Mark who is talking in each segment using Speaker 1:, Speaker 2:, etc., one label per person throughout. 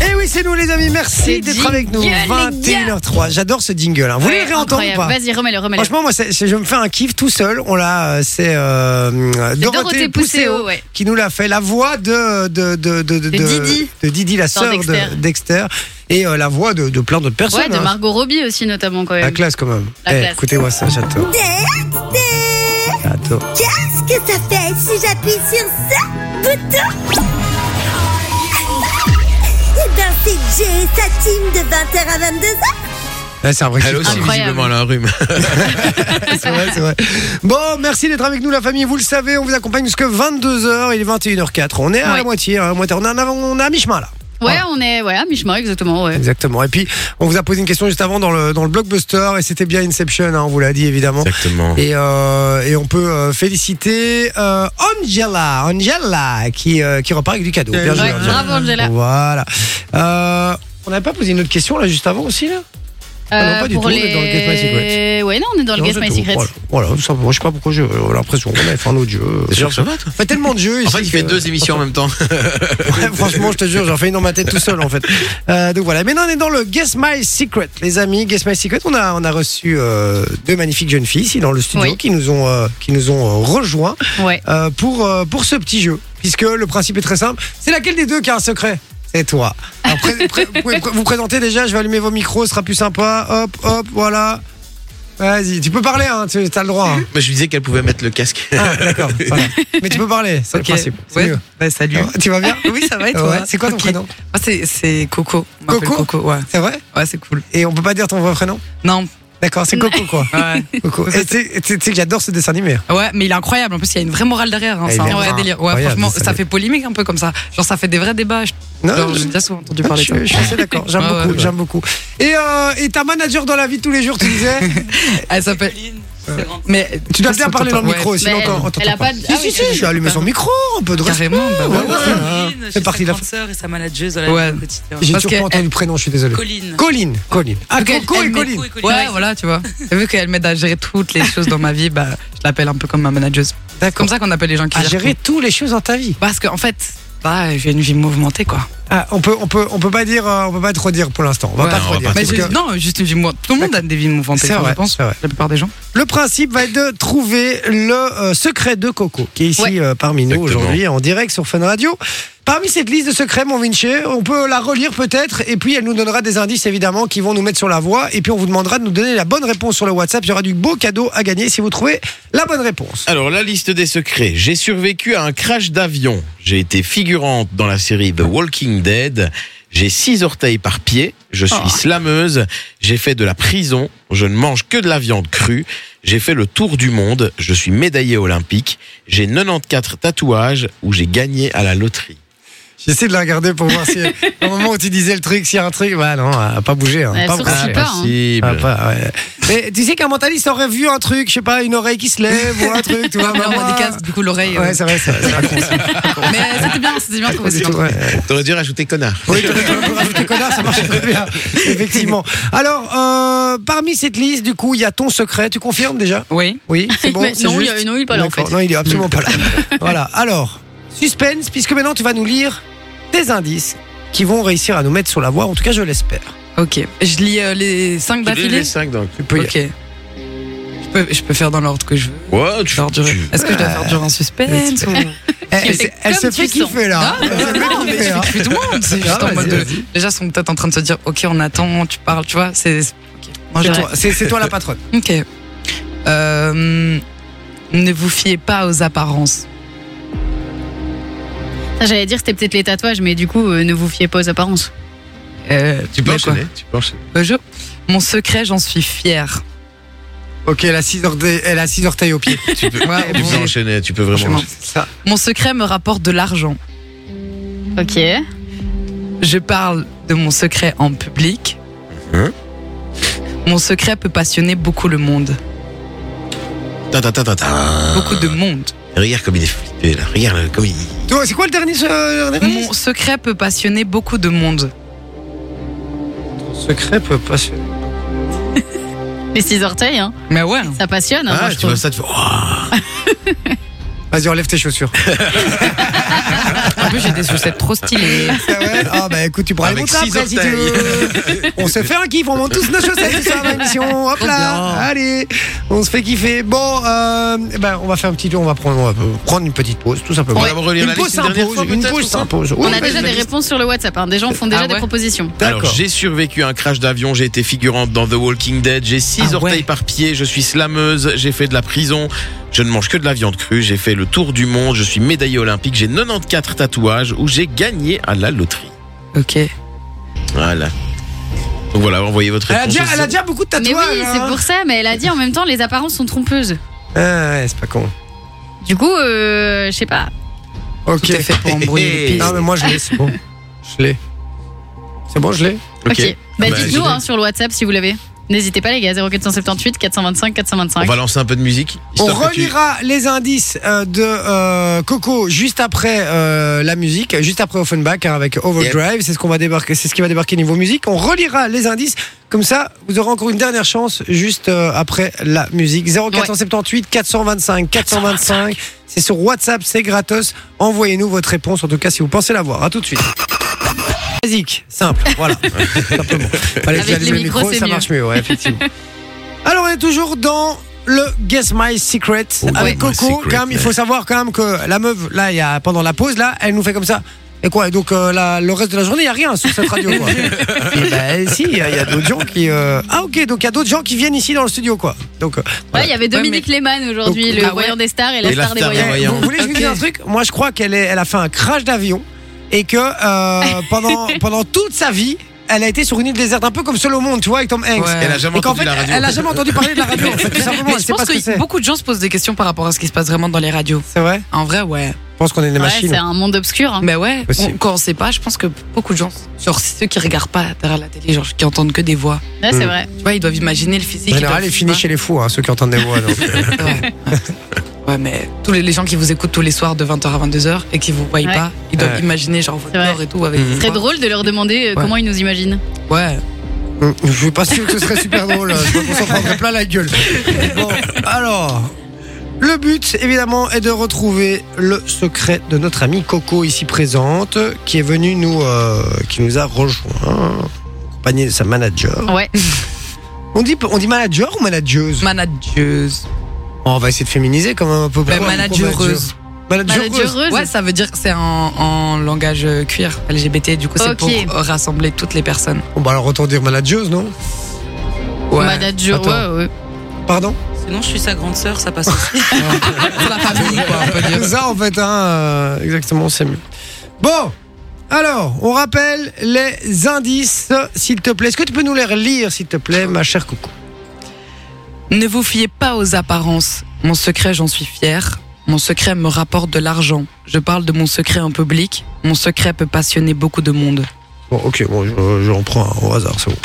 Speaker 1: Eh oui, c'est nous les amis, merci
Speaker 2: Le
Speaker 1: d'être avec nous.
Speaker 2: jingle, les gars.
Speaker 1: 21h03, j'adore ce jingle. hein. Vous voulez
Speaker 2: Ouais,
Speaker 1: le réentendre ou
Speaker 2: incroyable.
Speaker 1: pas
Speaker 2: Vas-y, remets-le, remets-le.
Speaker 1: Franchement, moi, c'est- c'est- je me fais un kiff tout seul. On l'a, euh, c'est euh, Dorothée,
Speaker 2: Dorothée Pousseau,
Speaker 1: Pousseau
Speaker 2: ouais.
Speaker 1: qui nous l'a fait. La voix de de de de, de,
Speaker 2: Didi.
Speaker 1: de Didi, la sœur
Speaker 2: Dexter.
Speaker 1: de Dexter, et euh, la voix de, de plein d'autres personnes.
Speaker 2: Ouais, de
Speaker 1: hein.
Speaker 2: Margot Robbie aussi, notamment, quand
Speaker 1: La
Speaker 2: même.
Speaker 1: classe quand même.
Speaker 2: La
Speaker 1: Eh,
Speaker 2: classe.
Speaker 1: Écoutez-moi ça, j'adore. J'adore.
Speaker 3: Qu'est-ce que ça fait si j'appuie sur ce bouton Eh ben c'est Jay et sa team de 20h à 22h
Speaker 1: Là, Eh, c'est un vrai
Speaker 4: Elle
Speaker 1: kiff.
Speaker 4: aussi,
Speaker 2: Incroyable.
Speaker 4: visiblement, elle a un rhume.
Speaker 1: C'est vrai, c'est vrai. Bon, merci d'être avec nous, la famille. Vous le savez, on vous accompagne jusque 22h. Il est 21h04. On est à la
Speaker 2: Ouais.
Speaker 1: moitié, hein, à moitié. On est à, on est à mi-chemin, là.
Speaker 2: Ouais, on est ouais, à mi-chemin, exactement. Ouais.
Speaker 1: Exactement. Et puis, on vous a posé une question juste avant dans le, dans le blockbuster. Et c'était bien Inception, hein, on vous l'a dit, évidemment.
Speaker 4: Exactement.
Speaker 1: Et, euh, et on peut euh, féliciter euh, Angela, Angela, qui, euh, qui repart avec du cadeau. Bien joué,
Speaker 2: Ouais,
Speaker 1: Angela.
Speaker 2: bravo, Angela.
Speaker 1: Voilà. Euh, on n'avait pas posé une autre question là juste avant aussi là Ah, non, pas du tout, on est dans le Guess My Secret.
Speaker 2: Euh, Ouais, non, on est dans le
Speaker 1: Non,
Speaker 2: Guess
Speaker 1: c'est
Speaker 2: My
Speaker 1: tout.
Speaker 2: Secret.
Speaker 1: Voilà, Voilà, tout simplement. je sais pas pourquoi j'ai euh, l'impression qu'on avait fait un autre jeu.
Speaker 4: T'es sûr que ça va, toi
Speaker 1: On fait tellement de jeux ici
Speaker 4: En fait, il fait
Speaker 1: que-
Speaker 4: deux émissions en même temps.
Speaker 1: Ouais, franchement, je te jure, j'en fais une dans ma tête tout seul en fait. Euh, donc voilà. Maintenant, on est dans le Guess My Secret, les amis. Guess My Secret. On a on a reçu euh, deux magnifiques jeunes filles ici dans le studio
Speaker 2: Oui.
Speaker 1: qui nous ont euh, qui nous ont euh, rejoints
Speaker 2: Ouais.
Speaker 1: euh, pour euh, pour ce petit jeu. Puisque le principe est très simple. C'est laquelle des deux qui a un secret C'est toi. Alors, pré- pré- vous pouvez pr- vous présenter déjà. Je vais allumer vos micros, ce sera plus sympa. Hop, hop, voilà. Vas-y, tu peux parler, hein, tu as le droit. hein.
Speaker 4: Mais je lui disais qu'elle pouvait mettre le casque.
Speaker 1: Ah, d'accord. ça va. Mais tu peux parler, c'est
Speaker 5: Ok.
Speaker 1: le principe. c'est
Speaker 5: Ouais.
Speaker 1: mieux. Ah
Speaker 5: Bah, salut.
Speaker 1: Tu vas bien
Speaker 5: Oui, ça va et toi
Speaker 1: Ouais. C'est quoi ton
Speaker 5: Ok.
Speaker 1: prénom
Speaker 5: Moi, c'est- c'est Coco. On m'appelle
Speaker 1: Coco
Speaker 5: Coco, ouais.
Speaker 1: C'est vrai
Speaker 5: Ouais, c'est cool.
Speaker 1: Et on peut pas dire ton vrai prénom
Speaker 5: Non,
Speaker 1: D'accord, c'est Coco quoi.
Speaker 5: ouais.
Speaker 1: Coco. Et tu sais- tu sais que j'adore ce dessin animé. hein.
Speaker 5: ouais, mais il est incroyable. En plus, il y a une vraie morale derrière. hein.
Speaker 1: Ah, il
Speaker 5: C'est un
Speaker 1: est
Speaker 5: vrai
Speaker 1: incroyable.
Speaker 5: délire. Ouais,
Speaker 1: Incroyable,
Speaker 5: franchement,
Speaker 1: ça
Speaker 5: ça
Speaker 1: fait-
Speaker 5: fait polémique un peu comme ça. Genre, ça fait des vrais débats.
Speaker 1: Non,
Speaker 5: Genre,
Speaker 1: je-
Speaker 5: j'ai déjà souvent entendu
Speaker 1: je,
Speaker 5: parler de ça.
Speaker 1: je suis assez d'accord, j'aime
Speaker 5: Ouais,
Speaker 1: beaucoup,
Speaker 5: ouais, ouais.
Speaker 1: j'aime beaucoup. Et, euh, et ta manager dans la vie de tous les jours, tu disais
Speaker 5: Elle s'appelle. Mais
Speaker 1: Tu dois bien parler dans le micro, sinon
Speaker 2: Mais
Speaker 1: on t'en-
Speaker 2: elle-
Speaker 1: on t'entend
Speaker 2: elle a pas de-
Speaker 1: Si,
Speaker 2: ah
Speaker 1: si,
Speaker 2: oui,
Speaker 1: si, je vais allumer son micro, un peu de respect.
Speaker 5: Carrément, bah
Speaker 1: Ouais,
Speaker 5: ouais.
Speaker 1: ouais.
Speaker 6: Colline,
Speaker 1: C'est
Speaker 6: c'est
Speaker 1: parti,
Speaker 6: parti
Speaker 1: la-
Speaker 6: la sœur et sa manageuse dans la
Speaker 5: Ouais.
Speaker 6: vie au quotidien.
Speaker 1: J'ai
Speaker 5: parce
Speaker 1: sûrement
Speaker 5: que-
Speaker 1: entendu le prénom, je suis désolé.
Speaker 6: Colline.
Speaker 1: Colline, Colline. Ah,
Speaker 5: Ok,
Speaker 1: Coco et
Speaker 5: elle
Speaker 1: Colline.
Speaker 6: Oui, Colline.
Speaker 5: Ouais, voilà, tu vois. Et vu qu'elle m'aide à gérer toutes les choses dans ma vie, bah, je l'appelle un peu comme ma manageuse. C'est
Speaker 1: D'accord.
Speaker 5: comme ça qu'on appelle les gens qui
Speaker 1: À
Speaker 5: gèrent
Speaker 1: gérer
Speaker 5: tout.
Speaker 1: toutes les choses dans ta vie.
Speaker 5: Parce qu'en fait, bah, j'ai une vie mouvementée, quoi.
Speaker 1: Ah, on peut, on peut, on peut pas dire, euh, on peut pas trop dire pour l'instant. On va
Speaker 5: Ouais,
Speaker 1: pas
Speaker 5: on
Speaker 1: trop
Speaker 4: va
Speaker 1: dire.
Speaker 4: pas
Speaker 5: Mais
Speaker 1: parce
Speaker 5: j'ai-
Speaker 1: que-
Speaker 5: non, juste une vie mouvementée. Tout le monde a des vies mouvementées,
Speaker 1: C'est
Speaker 5: je
Speaker 1: vrai,
Speaker 5: pense.
Speaker 1: c'est vrai.
Speaker 5: La plupart des gens.
Speaker 1: Le principe va être de trouver le euh, secret de Coco, qui est ici
Speaker 2: Ouais.
Speaker 1: euh, parmi nous
Speaker 4: Exactement.
Speaker 1: aujourd'hui en direct sur Fun Radio. Parmi cette liste de secrets, mon Vinci, on peut la relire peut-être, et puis elle nous donnera des indices évidemment qui vont nous mettre sur la voie, et puis on vous demandera de nous donner la bonne réponse sur le WhatsApp. Il y aura du beau cadeau à gagner si vous trouvez la bonne réponse.
Speaker 4: Alors, la liste des secrets. J'ai survécu à un crash d'avion. J'ai été figurante dans la série The Walking Dead. J'ai six orteils par pied. Je suis
Speaker 2: Oh.
Speaker 4: slameuse. J'ai fait de la prison. Je ne mange que de la viande crue. J'ai fait le tour du monde. Je suis médaillée olympique. J'ai 94 tatouages où j'ai gagné à la loterie.
Speaker 1: J'essaie de la regarder pour voir si, au moment où tu disais le truc, s'il y a un truc, bah non, euh, pas bouger. hein,
Speaker 2: Ouais,
Speaker 1: pas
Speaker 2: source,
Speaker 1: bouger.
Speaker 2: je sais pas, hein.
Speaker 4: Impossible.
Speaker 1: Ah, pas, ouais. Mais tu sais qu'un mentaliste aurait vu un truc, je sais pas, une oreille qui se lève ou un truc, tu vois.
Speaker 5: Ah, mais on
Speaker 1: bah,
Speaker 5: a des cases, du coup, l'oreille. euh,
Speaker 1: Ouais, c'est vrai, c'est vrai, c'est inconscient.
Speaker 5: Mais
Speaker 2: Ah,
Speaker 5: c'était bien, c'était bien trouvé.
Speaker 1: Pas du
Speaker 5: c'était
Speaker 1: tout,
Speaker 5: bien
Speaker 1: ouais.
Speaker 4: T'aurais dû rajouter connard.
Speaker 1: Oui, tu peux rajouter connard, ça marche très bien. Effectivement. Alors, euh, parmi cette liste, du coup, il y a ton secret. Tu confirmes déjà
Speaker 5: trouvé. Oui.
Speaker 1: Oui, c'est bon.
Speaker 2: Mais
Speaker 1: c'est
Speaker 2: non, il y
Speaker 1: juste
Speaker 2: a- non, il est pas là, en
Speaker 1: D'accord.
Speaker 2: fait.
Speaker 1: Non, il est absolument pas là. Voilà. Alors, suspense, puisque maintenant tu vas nous lire tes indices qui vont réussir à nous mettre sur la voie. En tout cas, je l'espère.
Speaker 5: Ok. Je lis euh, les 5
Speaker 4: Tu lis
Speaker 5: d'affilée.
Speaker 4: les cinq donc.
Speaker 1: Tu peux y
Speaker 5: Ok. Je peux, je peux faire dans l'ordre que je veux.
Speaker 4: Ouais, tu,
Speaker 5: L'ordre du-
Speaker 4: tu-
Speaker 5: Est-ce que je dois faire durer un suspense ou...
Speaker 1: Eh, Elle,
Speaker 2: Tu fais
Speaker 1: s'est- elle se
Speaker 2: comme
Speaker 1: fait
Speaker 2: tu le sens.
Speaker 1: kiffer là. Elle se fait
Speaker 5: Non, mais
Speaker 1: kiffer,
Speaker 5: je
Speaker 1: hein.
Speaker 5: fais kiffer tout le monde. C'est
Speaker 1: Ah,
Speaker 5: juste en
Speaker 1: vas-y,
Speaker 5: mode de-
Speaker 1: vas-y.
Speaker 5: Les gens sont peut-être en train de se dire Ok, on attend, tu parles, tu vois. C'est. c'est- Ok. Moi,
Speaker 1: C'est
Speaker 5: j'arrête.
Speaker 1: toi- C'est c'est toi la patronne.
Speaker 5: Ok. Euh, ne vous fiez pas aux apparences.
Speaker 2: Ça, J'allais dire, c'était peut-être les tatouages, mais du coup, euh, ne vous fiez pas aux apparences.
Speaker 5: Euh,
Speaker 4: tu peux
Speaker 5: mais quoi
Speaker 4: enchaîner, tu peux enchaîner.
Speaker 5: Euh, je- Mon secret, j'en suis fier.
Speaker 1: Ok, elle a six orteils, elle a six orteils au pied.
Speaker 4: Tu peux,
Speaker 5: Ouais,
Speaker 4: tu
Speaker 5: bon,
Speaker 4: peux enchaîner, tu peux vraiment.
Speaker 5: franchement.
Speaker 4: enchaîner.
Speaker 1: Ça.
Speaker 5: Mon secret me rapporte de l'argent.
Speaker 2: Ok.
Speaker 5: Je parle de mon secret en public.
Speaker 4: Hein
Speaker 5: mon secret peut passionner beaucoup le monde.
Speaker 4: Ta, ta, ta, ta, ta.
Speaker 5: Beaucoup de monde.
Speaker 4: Regarde comme il est flippé là. Regarde comme il.
Speaker 1: Toi, C'est quoi le dernier euh, dernier indice
Speaker 5: Mon secret peut passionner beaucoup de monde.
Speaker 1: secret peut passionner.
Speaker 2: Les six orteils, hein.
Speaker 5: Mais ouais.
Speaker 2: ça passionne. hein, moi,
Speaker 4: Ah,
Speaker 2: je
Speaker 4: tu vois
Speaker 2: trouve.
Speaker 4: ça, tu fais. Oh,
Speaker 1: Vas-y, enlève tes chaussures.
Speaker 5: En plus, j'ai des chaussettes trop stylées.
Speaker 1: Ah ouais Ah bah écoute, tu pourras les
Speaker 4: Avec
Speaker 1: montrer
Speaker 4: six
Speaker 1: après si tu veux. On se fait un kiff, on monte tous nos chaussettes ce soir à l'émission. Hop là,
Speaker 5: Trop bien.
Speaker 1: allez, on se fait kiffer. Bon, euh, eh ben, on va faire un petit tour, on va prendre, on va prendre une petite pause, tout simplement.
Speaker 4: On va relire
Speaker 1: Une
Speaker 4: la
Speaker 1: pause
Speaker 4: liste une dernière
Speaker 1: s'impose,
Speaker 4: fois,
Speaker 1: une
Speaker 4: peut-être,
Speaker 1: pause
Speaker 4: ou quoi
Speaker 1: s'impose. Oui,
Speaker 2: On a
Speaker 1: vas-y,
Speaker 2: déjà des
Speaker 1: vas-y.
Speaker 2: réponses sur le WhatsApp. hein. Des gens font déjà
Speaker 5: Ah
Speaker 2: des
Speaker 5: ouais
Speaker 2: propositions.
Speaker 4: Alors,
Speaker 1: D'accord.
Speaker 4: j'ai survécu à un crash d'avion, j'ai été figurante dans The Walking Dead, j'ai six
Speaker 5: Ah
Speaker 4: orteils
Speaker 5: ouais.
Speaker 4: par pied, je suis slameuse, j'ai fait de la prison, je ne mange que de la viande crue, j'ai fait le tour du monde, je suis médaillée olympique, j'ai 94 tatouages où j'ai gagné à la loterie.
Speaker 5: Ok.
Speaker 4: Voilà. Donc voilà, envoyez votre
Speaker 1: Elle a,
Speaker 4: réponse.
Speaker 1: déjà,
Speaker 4: au
Speaker 1: elle a déjà beaucoup de
Speaker 2: Mais
Speaker 1: tatouages.
Speaker 2: oui, c'est
Speaker 1: hein.
Speaker 2: pour ça. Mais elle a dit en même temps, les apparences sont trompeuses.
Speaker 1: Ah ouais, c'est pas con.
Speaker 2: Du coup, euh, je sais pas.
Speaker 1: Ok.
Speaker 5: Tout est fait pour embrouiller les pistes.
Speaker 1: Non mais moi je l'ai, c'est bon. Je l'ai. C'est bon, je l'ai.
Speaker 4: Ok.
Speaker 2: Ok. Bah,
Speaker 4: Bah,
Speaker 2: dites-nous
Speaker 4: je-
Speaker 2: hein, sur le WhatsApp si vous l'avez. N'hésitez pas les gars, 0478 425
Speaker 4: On
Speaker 2: 425.
Speaker 4: va lancer un peu de musique.
Speaker 1: On
Speaker 4: histoire que tu-
Speaker 1: relira les indices euh, de euh, Coco juste après euh, la musique, juste après Offenbach hein, avec Overdrive. C'est ce qu'on va débarquer, c'est ce qui va débarquer niveau musique. On relira les indices, comme ça vous aurez encore une dernière chance juste euh, après la musique. 0478 425 425. C'est sur WhatsApp, c'est gratos. Envoyez-nous votre réponse en tout cas si vous pensez l'avoir. À tout de suite. Basique, simple, voilà. Simplement. Fallait que
Speaker 2: Avec
Speaker 1: j'allume
Speaker 2: les micros, c'est
Speaker 1: ça
Speaker 2: mieux.
Speaker 1: marche mieux, ouais, effectivement. Alors on est toujours dans le Guess My Secret avec
Speaker 4: My
Speaker 1: Coco.
Speaker 4: Secret,
Speaker 1: quand même, il faut savoir quand même que la meuf, là, il y a, pendant la pause, là, elle nous fait comme ça. Et quoi Et Donc euh, la- le reste de la journée, il n'y a rien sur cette radio. Quoi. Et ben, si, il y a, il y a d'autres gens qui. euh, Ah ok, donc il y a d'autres gens qui viennent ici dans le studio, quoi. Donc, euh,
Speaker 2: Ouais, il y avait Dominique Lehmann aujourd'hui,
Speaker 1: Donc-
Speaker 2: le
Speaker 1: Ah ouais.
Speaker 2: voyant des stars et la
Speaker 4: Et la
Speaker 2: star des
Speaker 4: star des
Speaker 2: voyants.
Speaker 4: voyants.
Speaker 1: eh, vous voulez que je vous dise
Speaker 5: Ok.
Speaker 1: un truc Moi, je crois qu'elle est- elle a fait un crash d'avion et que euh, pendant pendant toute sa vie. Elle a été sur une île déserte, un peu comme Solomon, tu vois, avec Tom Hanks.
Speaker 5: Ouais.
Speaker 4: Elle a jamais
Speaker 1: Et qu'en
Speaker 4: entendu
Speaker 1: fait,
Speaker 4: la radio.
Speaker 1: Elle a jamais entendu parler de la radio. en fait, tout simplement,
Speaker 5: Mais
Speaker 1: elle
Speaker 5: je
Speaker 1: sait pas
Speaker 5: pense
Speaker 1: ce que
Speaker 5: que
Speaker 1: c'est.
Speaker 5: beaucoup de gens se posent des questions par rapport à ce qui se passe vraiment dans les radios.
Speaker 1: C'est vrai
Speaker 5: En vrai, ouais.
Speaker 1: Je pense qu'on est des
Speaker 2: Ouais,
Speaker 1: machines.
Speaker 2: c'est un monde obscur. hein.
Speaker 5: Mais ouais,
Speaker 1: Possible.
Speaker 5: on- quand on sait pas, je pense que beaucoup de gens, genre ceux qui regardent pas derrière la télé, genre qui entendent que des voix,
Speaker 2: Là,
Speaker 1: Mm.
Speaker 2: c'est vrai.
Speaker 5: tu vois, ils doivent imaginer le physique.
Speaker 1: En
Speaker 5: ils
Speaker 1: général,
Speaker 5: doivent-
Speaker 1: il finit chez les fous, hein, ceux qui entendent des voix. donc.
Speaker 5: Ouais. Ouais, mais tous les, les gens qui vous écoutent tous les soirs de 20h à 22h et qui vous voient
Speaker 2: Ouais.
Speaker 5: pas, ils doivent
Speaker 1: Ouais.
Speaker 5: imaginer genre votre
Speaker 2: C'est vrai.
Speaker 5: corps et tout avec.
Speaker 4: Mhm.
Speaker 5: des
Speaker 2: Très
Speaker 5: voix.
Speaker 2: drôle de leur demander euh, comment ils nous imaginent.
Speaker 5: Ouais.
Speaker 1: Mm, Je suis pas sûr que ce serait super drôle. hein. Je crois qu'on s'en prendrait plein la gueule. Bon, alors. Le but, évidemment, est de retrouver le secret de notre amie Coco, ici présente, qui est venue nous, euh, qui nous a rejoint, accompagnée de sa manager.
Speaker 2: Ouais.
Speaker 1: On dit, on dit manager ou manageuse
Speaker 5: Manageuse.
Speaker 1: Oh, On va essayer de féminiser quand même un peu.
Speaker 5: Ben,
Speaker 1: Pourquoi on dit
Speaker 5: managereuse.
Speaker 1: Managereuse.
Speaker 2: Managereuse. Heureuse.
Speaker 5: Ouais, ça veut dire que c'est en, en langage euh, cuir LGBT, du coup c'est
Speaker 2: Ok.
Speaker 5: pour euh, rassembler toutes les personnes.
Speaker 1: Bon, bah alors autant dire manageuse, non
Speaker 5: Ouais.
Speaker 2: Manager,
Speaker 1: Attends.
Speaker 2: ouais, ouais.
Speaker 1: Pardon
Speaker 6: Sinon, je suis sa grande sœur, ça passe aussi.
Speaker 5: Pour la famille, quoi, on peut dire.
Speaker 1: ça en fait, hein, euh, exactement, c'est mieux. Bon, alors, on rappelle les indices, s'il te plaît. Est-ce que tu peux nous les relire, s'il te plaît, ma chère Coco
Speaker 5: Ne vous fiez pas aux apparences. Mon secret, j'en suis fier. Mon secret me rapporte de l'argent. Je parle de mon secret en public. Mon secret peut passionner beaucoup de monde.
Speaker 1: Bon, ok, bon, je- j'en prends un au hasard, c'est bon.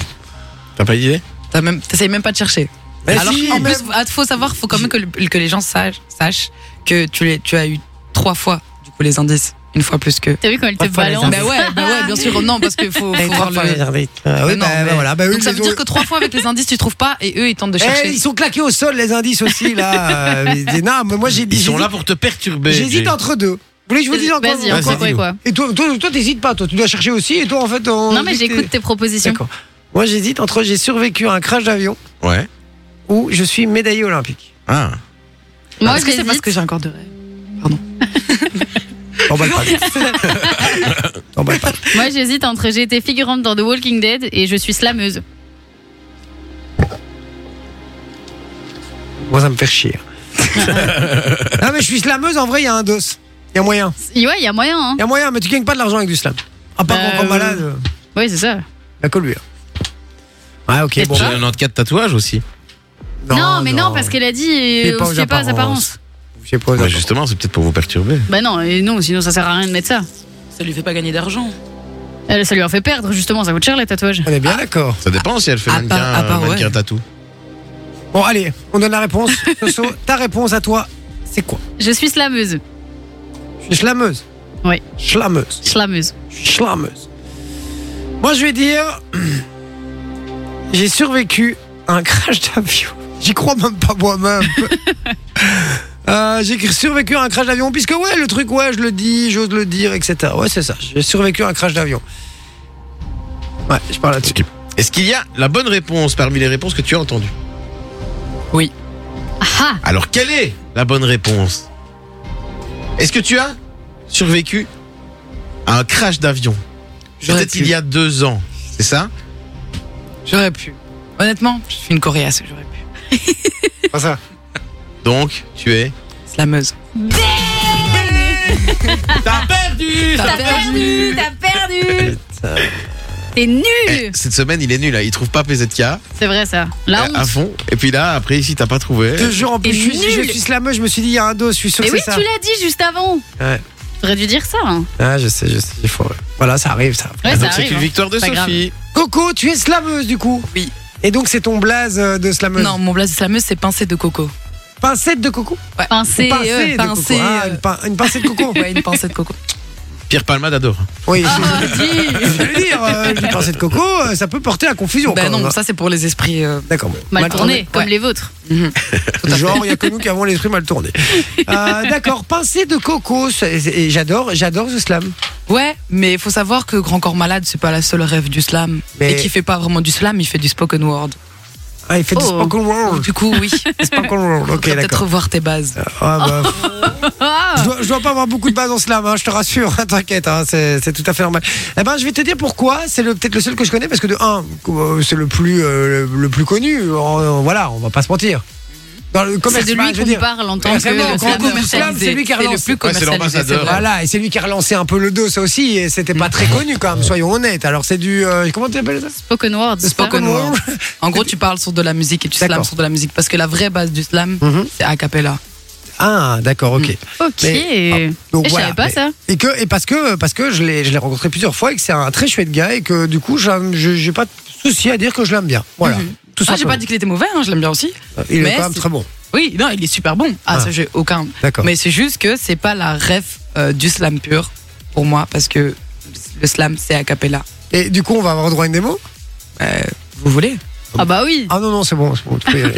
Speaker 4: T'as pas d'idée
Speaker 5: T'as même, t'essayes même pas de chercher.
Speaker 1: Mais
Speaker 5: Alors,
Speaker 1: si,
Speaker 5: en
Speaker 1: mais-
Speaker 5: plus, il faut savoir, faut quand même que, le- que les gens sachent, sachent que tu, les, tu as eu trois fois, du coup, les indices. Une fois plus que.
Speaker 2: T'as vu quand elle te
Speaker 1: Parfois, les
Speaker 2: balance
Speaker 5: Bah ouais, bah ouais, bien sûr. Non, parce qu'il faut, faut voir le.
Speaker 1: Ah oui, bah,
Speaker 5: Non,
Speaker 1: bah,
Speaker 5: mais-
Speaker 1: voilà, bah, eux,
Speaker 5: Donc ça
Speaker 1: ils
Speaker 5: veut
Speaker 1: ont-
Speaker 5: dire que trois fois avec les indices, tu trouves pas et eux, ils tentent de
Speaker 1: Eh,
Speaker 5: chercher.
Speaker 1: ils sont claqués au sol, les indices aussi, là. Euh, mais- non, mais moi, j'ai
Speaker 4: Ils sont
Speaker 1: j'hésite-
Speaker 4: là pour te perturber.
Speaker 1: J'hésite
Speaker 4: Jay.
Speaker 1: entre deux. Vous voulez que je vous dise encore
Speaker 2: Vas-y,
Speaker 1: encore-
Speaker 2: encore quoi,
Speaker 4: dis-nous.
Speaker 2: quoi.
Speaker 1: Et toi, toi, toi, t'hésites pas, toi, tu dois chercher aussi, et toi, en fait, on. euh.
Speaker 2: Non, mais j'écoute tes propositions.
Speaker 1: D'accord. Moi, j'hésite entre j'ai survécu à un crash d'avion
Speaker 4: Ouais.
Speaker 1: ou je suis médaillé olympique.
Speaker 4: Ah.
Speaker 2: Moi,
Speaker 5: Est-ce que c'est parce
Speaker 2: j'hésite.
Speaker 5: que j'ai encore de rêve.
Speaker 1: T'emballes bah, pas. T'emballes pas.
Speaker 2: Moi, j'hésite entre j'ai été figurante dans The Walking Dead et je suis slameuse.
Speaker 1: Moi, ça me fait chier. non, mais je suis slameuse, en vrai, il y a un dos. Il y a moyen.
Speaker 2: Et Ouais, il y a moyen, hein.
Speaker 1: Il y a moyen, mais tu gagnes pas de l'argent avec du slam. Ah, À part
Speaker 2: Bah,
Speaker 1: quand on
Speaker 2: euh,
Speaker 1: malade, euh,
Speaker 2: Oui, c'est ça.
Speaker 1: la colure. Ouais, ok,
Speaker 2: Et
Speaker 1: bon.
Speaker 4: J'ai
Speaker 2: toi
Speaker 4: 94 tatouages aussi.
Speaker 2: Non, mais non, parce qu'elle a dit euh,
Speaker 1: Fais
Speaker 2: et
Speaker 1: pas
Speaker 2: on
Speaker 1: aux
Speaker 2: se fait pas aux
Speaker 1: apparences.
Speaker 2: apparences.
Speaker 1: Je sais pas.
Speaker 4: Ouais,
Speaker 1: d'accord.
Speaker 4: justement, c'est peut-être pour vous perturber.
Speaker 2: Bah non, et non, sinon ça sert à rien de mettre ça.
Speaker 6: Ça lui fait pas gagner d'argent.
Speaker 2: Elle, ça lui en fait perdre, justement, ça coûte cher les tatouages.
Speaker 1: On est bien d'accord.
Speaker 4: Ça dépend si elle fait
Speaker 5: À
Speaker 4: mannequin,
Speaker 5: part- à part,
Speaker 4: mannequin
Speaker 5: ouais.
Speaker 4: tatou.
Speaker 1: Bon, allez, on donne la réponse. Soso, ta réponse à toi, c'est quoi
Speaker 2: Je suis slameuse.
Speaker 1: Je suis slameuse.
Speaker 2: Oui.
Speaker 1: Slameuse.
Speaker 2: Slameuse.
Speaker 1: Je suis slameuse. Moi, je vais dire. J'ai survécu à un crash d'avion. J'y crois même pas moi-même. Euh, j'ai survécu à un crash d'avion, puisque ouais, le truc, ouais, je le dis, j'ose le dire, etc. Ouais, c'est ça, j'ai survécu à un crash d'avion. Ouais, je parle là-dessus.
Speaker 4: Est-ce qu'il y a la bonne réponse parmi les réponses que tu as entendues
Speaker 2: Ah
Speaker 4: Alors, quelle est la bonne réponse Est-ce que tu as survécu à un crash d'avion
Speaker 5: J'aurais
Speaker 4: Peut-être
Speaker 5: pu.
Speaker 4: il y a deux ans, c'est ça
Speaker 5: J'aurais pu. Honnêtement, je suis une coriace, j'aurais pu.
Speaker 1: Pas ça.
Speaker 4: Donc, tu es.
Speaker 5: Slameuse.
Speaker 4: T'as perdu
Speaker 2: T'as perdu, t'as perdu T'es nul
Speaker 4: Eh, Cette semaine, il est nul, là. il trouve pas PZK
Speaker 2: Eh, C'est vrai ça.
Speaker 4: euh,
Speaker 2: La
Speaker 1: Eh, ah,
Speaker 4: à
Speaker 2: honte.
Speaker 4: fond. Et puis là, après, ici, t'as pas trouvé.
Speaker 1: Deux jours en plus,
Speaker 2: Et
Speaker 1: je suis, je
Speaker 2: nul.
Speaker 1: suis slameux, je me suis dit, il y a un dos, je suis sûr
Speaker 2: Mais
Speaker 1: que
Speaker 2: oui,
Speaker 1: c'est ça.
Speaker 2: tu l'as dit juste avant.
Speaker 1: Ouais.
Speaker 2: T'aurais dû dire ça. hein.
Speaker 1: Ah, je sais, je sais, il faut. ouais. Voilà, ça arrive, ça.
Speaker 2: Ouais,
Speaker 4: Ah,
Speaker 2: ça
Speaker 4: donc, c'est
Speaker 2: arrive.
Speaker 4: une
Speaker 2: hein.
Speaker 4: victoire de
Speaker 2: Pas grave.
Speaker 4: Sophie.
Speaker 1: Coco, tu es slameuse du coup
Speaker 5: Oui.
Speaker 1: Et donc, c'est ton blaze euh, de slameuse
Speaker 5: Non, mon blaze de slameuse, c'est pincée de coco.
Speaker 1: Pincette de coco
Speaker 2: Pincé,
Speaker 1: Ou pincée
Speaker 2: euh,
Speaker 1: de
Speaker 5: pincée,
Speaker 1: coco. Ah,
Speaker 5: euh.
Speaker 1: une, pin- une pincée de coco
Speaker 5: Ouais, une pincée de coco.
Speaker 4: Pierre Palmade adore.
Speaker 1: Oui,
Speaker 2: Ah,
Speaker 1: je je veux dire, euh, une pincée de coco, euh, ça peut porter à confusion.
Speaker 5: ben
Speaker 1: quand même,
Speaker 5: non,
Speaker 1: hein.
Speaker 5: ça c'est pour les esprits. euh,
Speaker 1: D'accord.
Speaker 2: Mal
Speaker 5: Mal
Speaker 2: tourné,
Speaker 5: tourné,
Speaker 2: comme
Speaker 5: ouais.
Speaker 2: les vôtres.
Speaker 1: Genre, il n'y a que nous qui avons les trucs mal tournés. Euh, D'accord, pincée de coco, c'est- et j'adore, j'adore ce slam.
Speaker 5: Ouais, mais il faut savoir que Grand Corps Malade, c'est pas la seule rêve du slam.
Speaker 1: Mais-
Speaker 5: Et qui fait pas vraiment du slam, il fait du spoken word.
Speaker 1: Ah, il fait du
Speaker 2: Oh.
Speaker 1: sparkle roll.
Speaker 5: Du coup, oui.
Speaker 1: Sparkle roll, ok,
Speaker 5: Faudrait peut-être
Speaker 1: d'accord.
Speaker 5: revoir tes bases.
Speaker 1: Ah, bah, Je
Speaker 2: Ah
Speaker 1: dois, je dois pas avoir beaucoup de base en slam, hein, je te rassure, t'inquiète, hein, c'est c'est tout à fait normal. Eh ben, je vais te dire pourquoi, c'est le- peut-être le seul que je connais, parce que de un, euh, c'est le plus euh, le, le plus connu, euh, voilà, on va pas se mentir. Dans le
Speaker 2: c'est
Speaker 1: commerce,
Speaker 2: de
Speaker 1: bah,
Speaker 2: lui
Speaker 1: je veux
Speaker 2: qu'on
Speaker 1: dire.
Speaker 2: parle en tant
Speaker 1: Ouais,
Speaker 2: que
Speaker 1: vraiment, quand on
Speaker 2: slameur.
Speaker 1: commence à- Slam, c'est lui qui
Speaker 5: le
Speaker 1: relance.
Speaker 5: plus
Speaker 4: Ouais, c'est
Speaker 5: commercialisé.
Speaker 4: l'ambassadeur.
Speaker 5: vrai.
Speaker 1: Euh, Voilà, et c'est lui qui a relancé un peu le dos, ça aussi, et c'était pas très connu quand même, soyons honnêtes. Alors c'est du... euh, comment tu appelles ça
Speaker 2: Spoken word. c'est ça
Speaker 5: Spoken word. En gros, tu parles sur de la musique et tu slams
Speaker 1: D'accord.
Speaker 5: sur de la musique. Parce que la vraie base du slam,
Speaker 1: Mhm.
Speaker 5: c'est a cappella.
Speaker 1: Ah, d'accord, ok.
Speaker 2: Ok.
Speaker 1: Mais- ah, oh,
Speaker 2: Et
Speaker 1: Donc
Speaker 2: je
Speaker 1: voilà,
Speaker 2: savais pas
Speaker 1: mais-
Speaker 2: ça.
Speaker 1: Et que et parce que parce que je l'ai je l'ai rencontré plusieurs fois et que c'est un très chouette gars et que du coup j'aime- je- j'ai pas de souci à dire que je l'aime bien. Voilà.
Speaker 2: Mhm.
Speaker 1: Tout
Speaker 5: Ah,
Speaker 1: ça.
Speaker 5: j'ai pas dit qu'il était mauvais, hein, je l'aime bien aussi.
Speaker 1: Il est
Speaker 5: mais
Speaker 1: quand même
Speaker 5: c'est-
Speaker 1: très bon.
Speaker 5: Oui, non, il est super bon. Ah,
Speaker 1: Ah.
Speaker 5: ça, j'ai aucun.
Speaker 1: D'accord.
Speaker 5: Mais c'est juste que c'est pas la ref euh, du slam pur pour moi, parce que le slam, c'est a cappella.
Speaker 1: Et du coup on va avoir droit à une démo
Speaker 5: Vous voulez
Speaker 2: Ah bah oui.
Speaker 1: Ah non non c'est bon. c'est bon, tu peux y aller.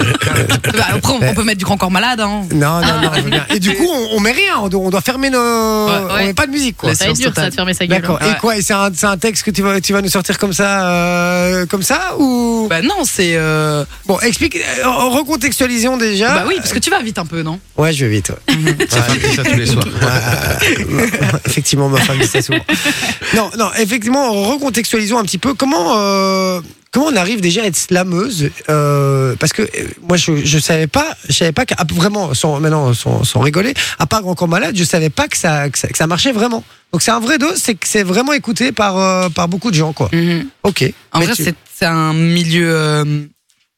Speaker 5: Bah, Après, on, on peut mettre du grand corps malade. Hein.
Speaker 1: non non non. je veux bien. Et du coup on, on met rien. On doit, on doit fermer nos.
Speaker 5: Ouais,
Speaker 1: On
Speaker 5: ouais.
Speaker 1: met pas de musique quoi.
Speaker 5: La
Speaker 2: Ça va être dur
Speaker 5: science
Speaker 2: ça
Speaker 5: totale.
Speaker 2: de fermer sa gueule. hein.
Speaker 1: D'accord.
Speaker 5: Ouais.
Speaker 1: Et quoi Et c'est un, c'est un texte que tu vas, tu vas nous sortir comme ça, euh, comme ça ou
Speaker 5: Bah non, c'est. euh,
Speaker 1: Bon, explique, euh, recontextualisons déjà.
Speaker 5: Bah oui, parce que tu vas vite un peu, non
Speaker 1: Ouais, je vais vite. ouais.
Speaker 4: Sa femme fait ça tous les soirs.
Speaker 1: effectivement, ma femme dit ça souvent. Non, non, effectivement, recontextualisons un petit peu. Comment, euh, comment on arrive déjà à être slameuse Euh, Parce que euh, moi, je, je savais pas, je savais pas qu'à- vraiment, sans, maintenant, sans, sans rigoler, à part Grand Corps Malade, je savais pas que ça, que ça, que ça marchait vraiment. Donc c'est un vrai dos, c'est que c'est vraiment écouté par, euh, par beaucoup de gens, quoi.
Speaker 5: Mhm.
Speaker 1: Ok.
Speaker 5: En
Speaker 1: Mais
Speaker 5: vrai,
Speaker 1: tu-
Speaker 5: c'est- c'est un milieu euh,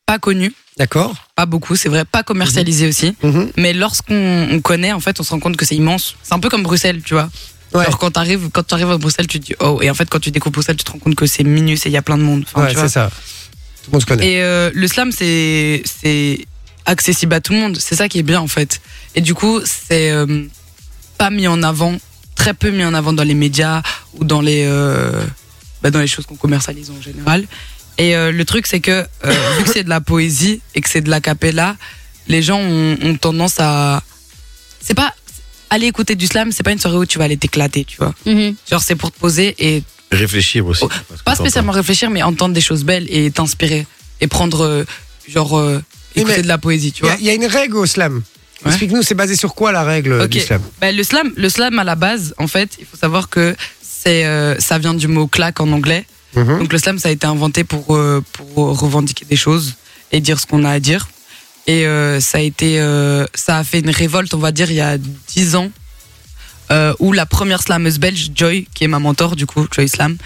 Speaker 5: pas connu,
Speaker 1: D'accord.
Speaker 5: pas beaucoup, c'est vrai, pas commercialisé aussi.
Speaker 1: Mhm.
Speaker 5: Mais lorsqu'on on connaît, en fait, on se rend compte que c'est immense. C'est un peu comme Bruxelles, tu vois.
Speaker 1: Ouais.
Speaker 5: Alors quand t'arrives, quand t'arrives à Bruxelles, tu te dis oh, et en fait quand tu découvres Bruxelles, tu te rends compte que c'est minus et il y a plein de monde. Enfin,
Speaker 1: Ouais,
Speaker 5: tu vois.
Speaker 1: c'est ça. Tout le monde se connaît.
Speaker 5: Et euh, le slam, c'est c'est accessible à tout le monde. C'est ça qui est bien en fait. Et du coup, c'est euh, pas mis en avant, très peu mis en avant dans les médias ou dans les euh, bah, dans les choses qu'on commercialise en général. Et euh, le truc, c'est que euh, vu que c'est de la poésie et que c'est de la cappella, les gens ont, ont tendance à c'est pas aller écouter du slam, c'est pas une soirée où tu vas aller t'éclater, tu vois.
Speaker 2: Mhm.
Speaker 5: Genre c'est pour te poser et
Speaker 4: Réfléchir aussi.
Speaker 5: Oh, pas spécialement réfléchir, mais entendre des choses belles et t'inspirer et prendre euh, genre euh,
Speaker 1: Oui,
Speaker 5: écouter
Speaker 1: mais-
Speaker 5: de la poésie, tu
Speaker 1: Il y,
Speaker 5: vois.
Speaker 1: a- il y a une règle au slam.
Speaker 5: Ouais.
Speaker 1: Explique-nous, c'est basé sur quoi la règle euh,
Speaker 5: Ok.
Speaker 1: du slam
Speaker 5: Bah, le slam, le slam à la base, en fait, il faut savoir que c'est euh, ça vient du mot claque en anglais.
Speaker 1: Mhm.
Speaker 5: Donc le slam, ça a été inventé pour euh, pour revendiquer des choses et dire ce qu'on a à dire. Et euh, ça a été, euh, ça a fait une révolte, on va dire, il y a 10 ans, euh, où la première slameuse belge, Joy, qui est ma mentor du coup, Joy Slam,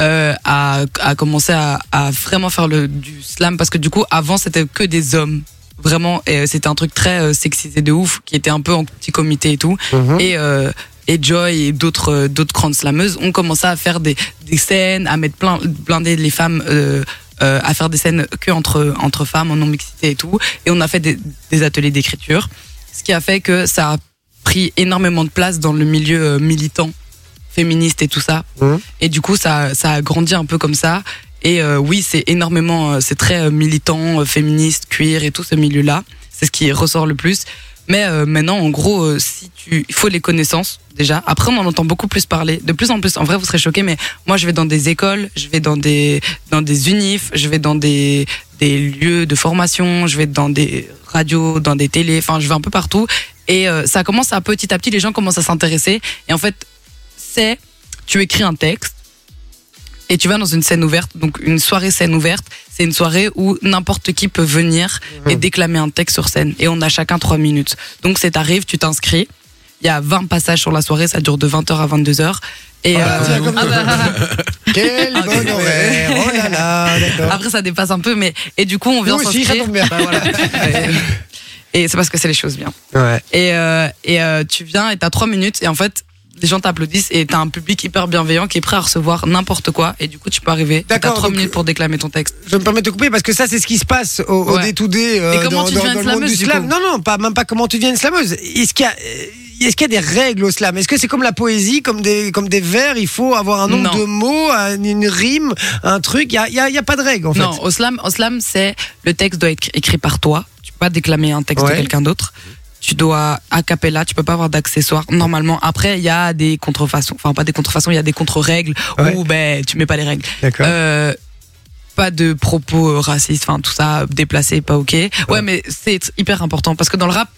Speaker 5: euh, a, a commencé à, à vraiment faire le, du slam parce que du coup, avant, c'était que des hommes. Vraiment, et euh, c'était un truc très euh, sexisé de ouf, qui était un peu en petit comité et tout
Speaker 1: Mhm.
Speaker 5: et euh, et Joy et d'autres euh, d'autres grandes slameuses ont commencé à faire des, des scènes, à mettre plein blinder les femmes euh, euh, à faire des scènes que entre entre femmes en non mixité et tout et on a fait des, des ateliers d'écriture ce qui a fait que ça a pris énormément de place dans le milieu euh, militant féministe et tout ça
Speaker 1: Mhm.
Speaker 5: et du coup ça ça a grandi un peu comme ça et euh, oui c'est énormément euh, c'est très euh, militant euh, féministe queer et tout ce milieu là c'est ce qui ressort le plus Mais euh, maintenant, en gros, euh, si tu, il faut les connaissances déjà. Après, on en entend beaucoup plus parler, de plus en plus. En vrai, vous serez choqués, mais moi, je vais dans des écoles, je vais dans des, dans des unifs, je vais dans des, des lieux de formation, je vais dans des radios, dans des télés. Enfin, je vais un peu partout. Et euh, ça commence à petit à petit, les gens commencent à s'intéresser. Et en fait, c'est, tu écris un texte. Et tu vas dans une scène ouverte, donc une soirée scène ouverte, c'est une soirée où n'importe qui peut venir
Speaker 1: Mhm.
Speaker 5: et déclamer un texte sur scène. Et on a chacun trois minutes. Donc c'est t'arrives, tu t'inscris. Il y a 20 passages sur la soirée, ça dure de 20h à 22h. Et euh,
Speaker 1: tiens, comme-
Speaker 5: ah bah,
Speaker 1: Quel
Speaker 5: Ah,
Speaker 1: bon
Speaker 5: ok.
Speaker 1: horaire. Oh là là, d'accord.
Speaker 5: après ça dépasse un peu, mais et du coup on vient
Speaker 1: Nous aussi, ça
Speaker 5: s'inscrire. Bah
Speaker 1: tombe bien.
Speaker 5: et c'est parce que c'est les choses bien.
Speaker 1: Ouais.
Speaker 5: Et, euh, et euh, tu viens et t'as trois minutes et en fait les gens t'applaudissent et t'as un public hyper bienveillant qui est prêt à recevoir n'importe quoi et du coup tu peux arriver. T'as
Speaker 1: D'accord,
Speaker 5: trois
Speaker 1: donc-
Speaker 5: minutes pour déclamer ton texte.
Speaker 1: Je me permets de te couper parce que ça, c'est ce qui se passe au, au
Speaker 5: Ouais.
Speaker 1: day-to-day, euh,
Speaker 5: Et comment
Speaker 1: dans,
Speaker 5: tu
Speaker 1: dans-
Speaker 5: deviens
Speaker 1: dans
Speaker 5: une
Speaker 1: le monde
Speaker 5: slameuse,
Speaker 1: du
Speaker 5: du
Speaker 1: slam.
Speaker 5: coup
Speaker 1: Non, non, pas, même pas comment tu deviens une slameuse. Est-ce qu'il y a. euh, Est-ce qu'il y a des règles au slam Est-ce que c'est comme la poésie, comme des, comme des vers Il faut avoir un nombre
Speaker 5: Non.
Speaker 1: de mots, un- une rime, un truc. Il n'y a, il y a- il y a pas de règles, en fait.
Speaker 5: Non, au slam, au slam, c'est le texte doit être écrit par toi. Tu peux pas déclamer un texte
Speaker 1: Ouais.
Speaker 5: de quelqu'un d'autre. Tu dois a cappella, tu peux pas avoir d'accessoires. Normalement, après, il y a des contrefaçons. Enfin, pas des contrefaçons, il y a des contre-règles
Speaker 1: Ouais.
Speaker 5: où ben, tu mets pas les règles.
Speaker 1: D'accord.
Speaker 5: Euh, pas de propos euh, racistes, enfin tout ça déplacé, pas ok. Ouais, mais c'est hyper important parce que dans le rap,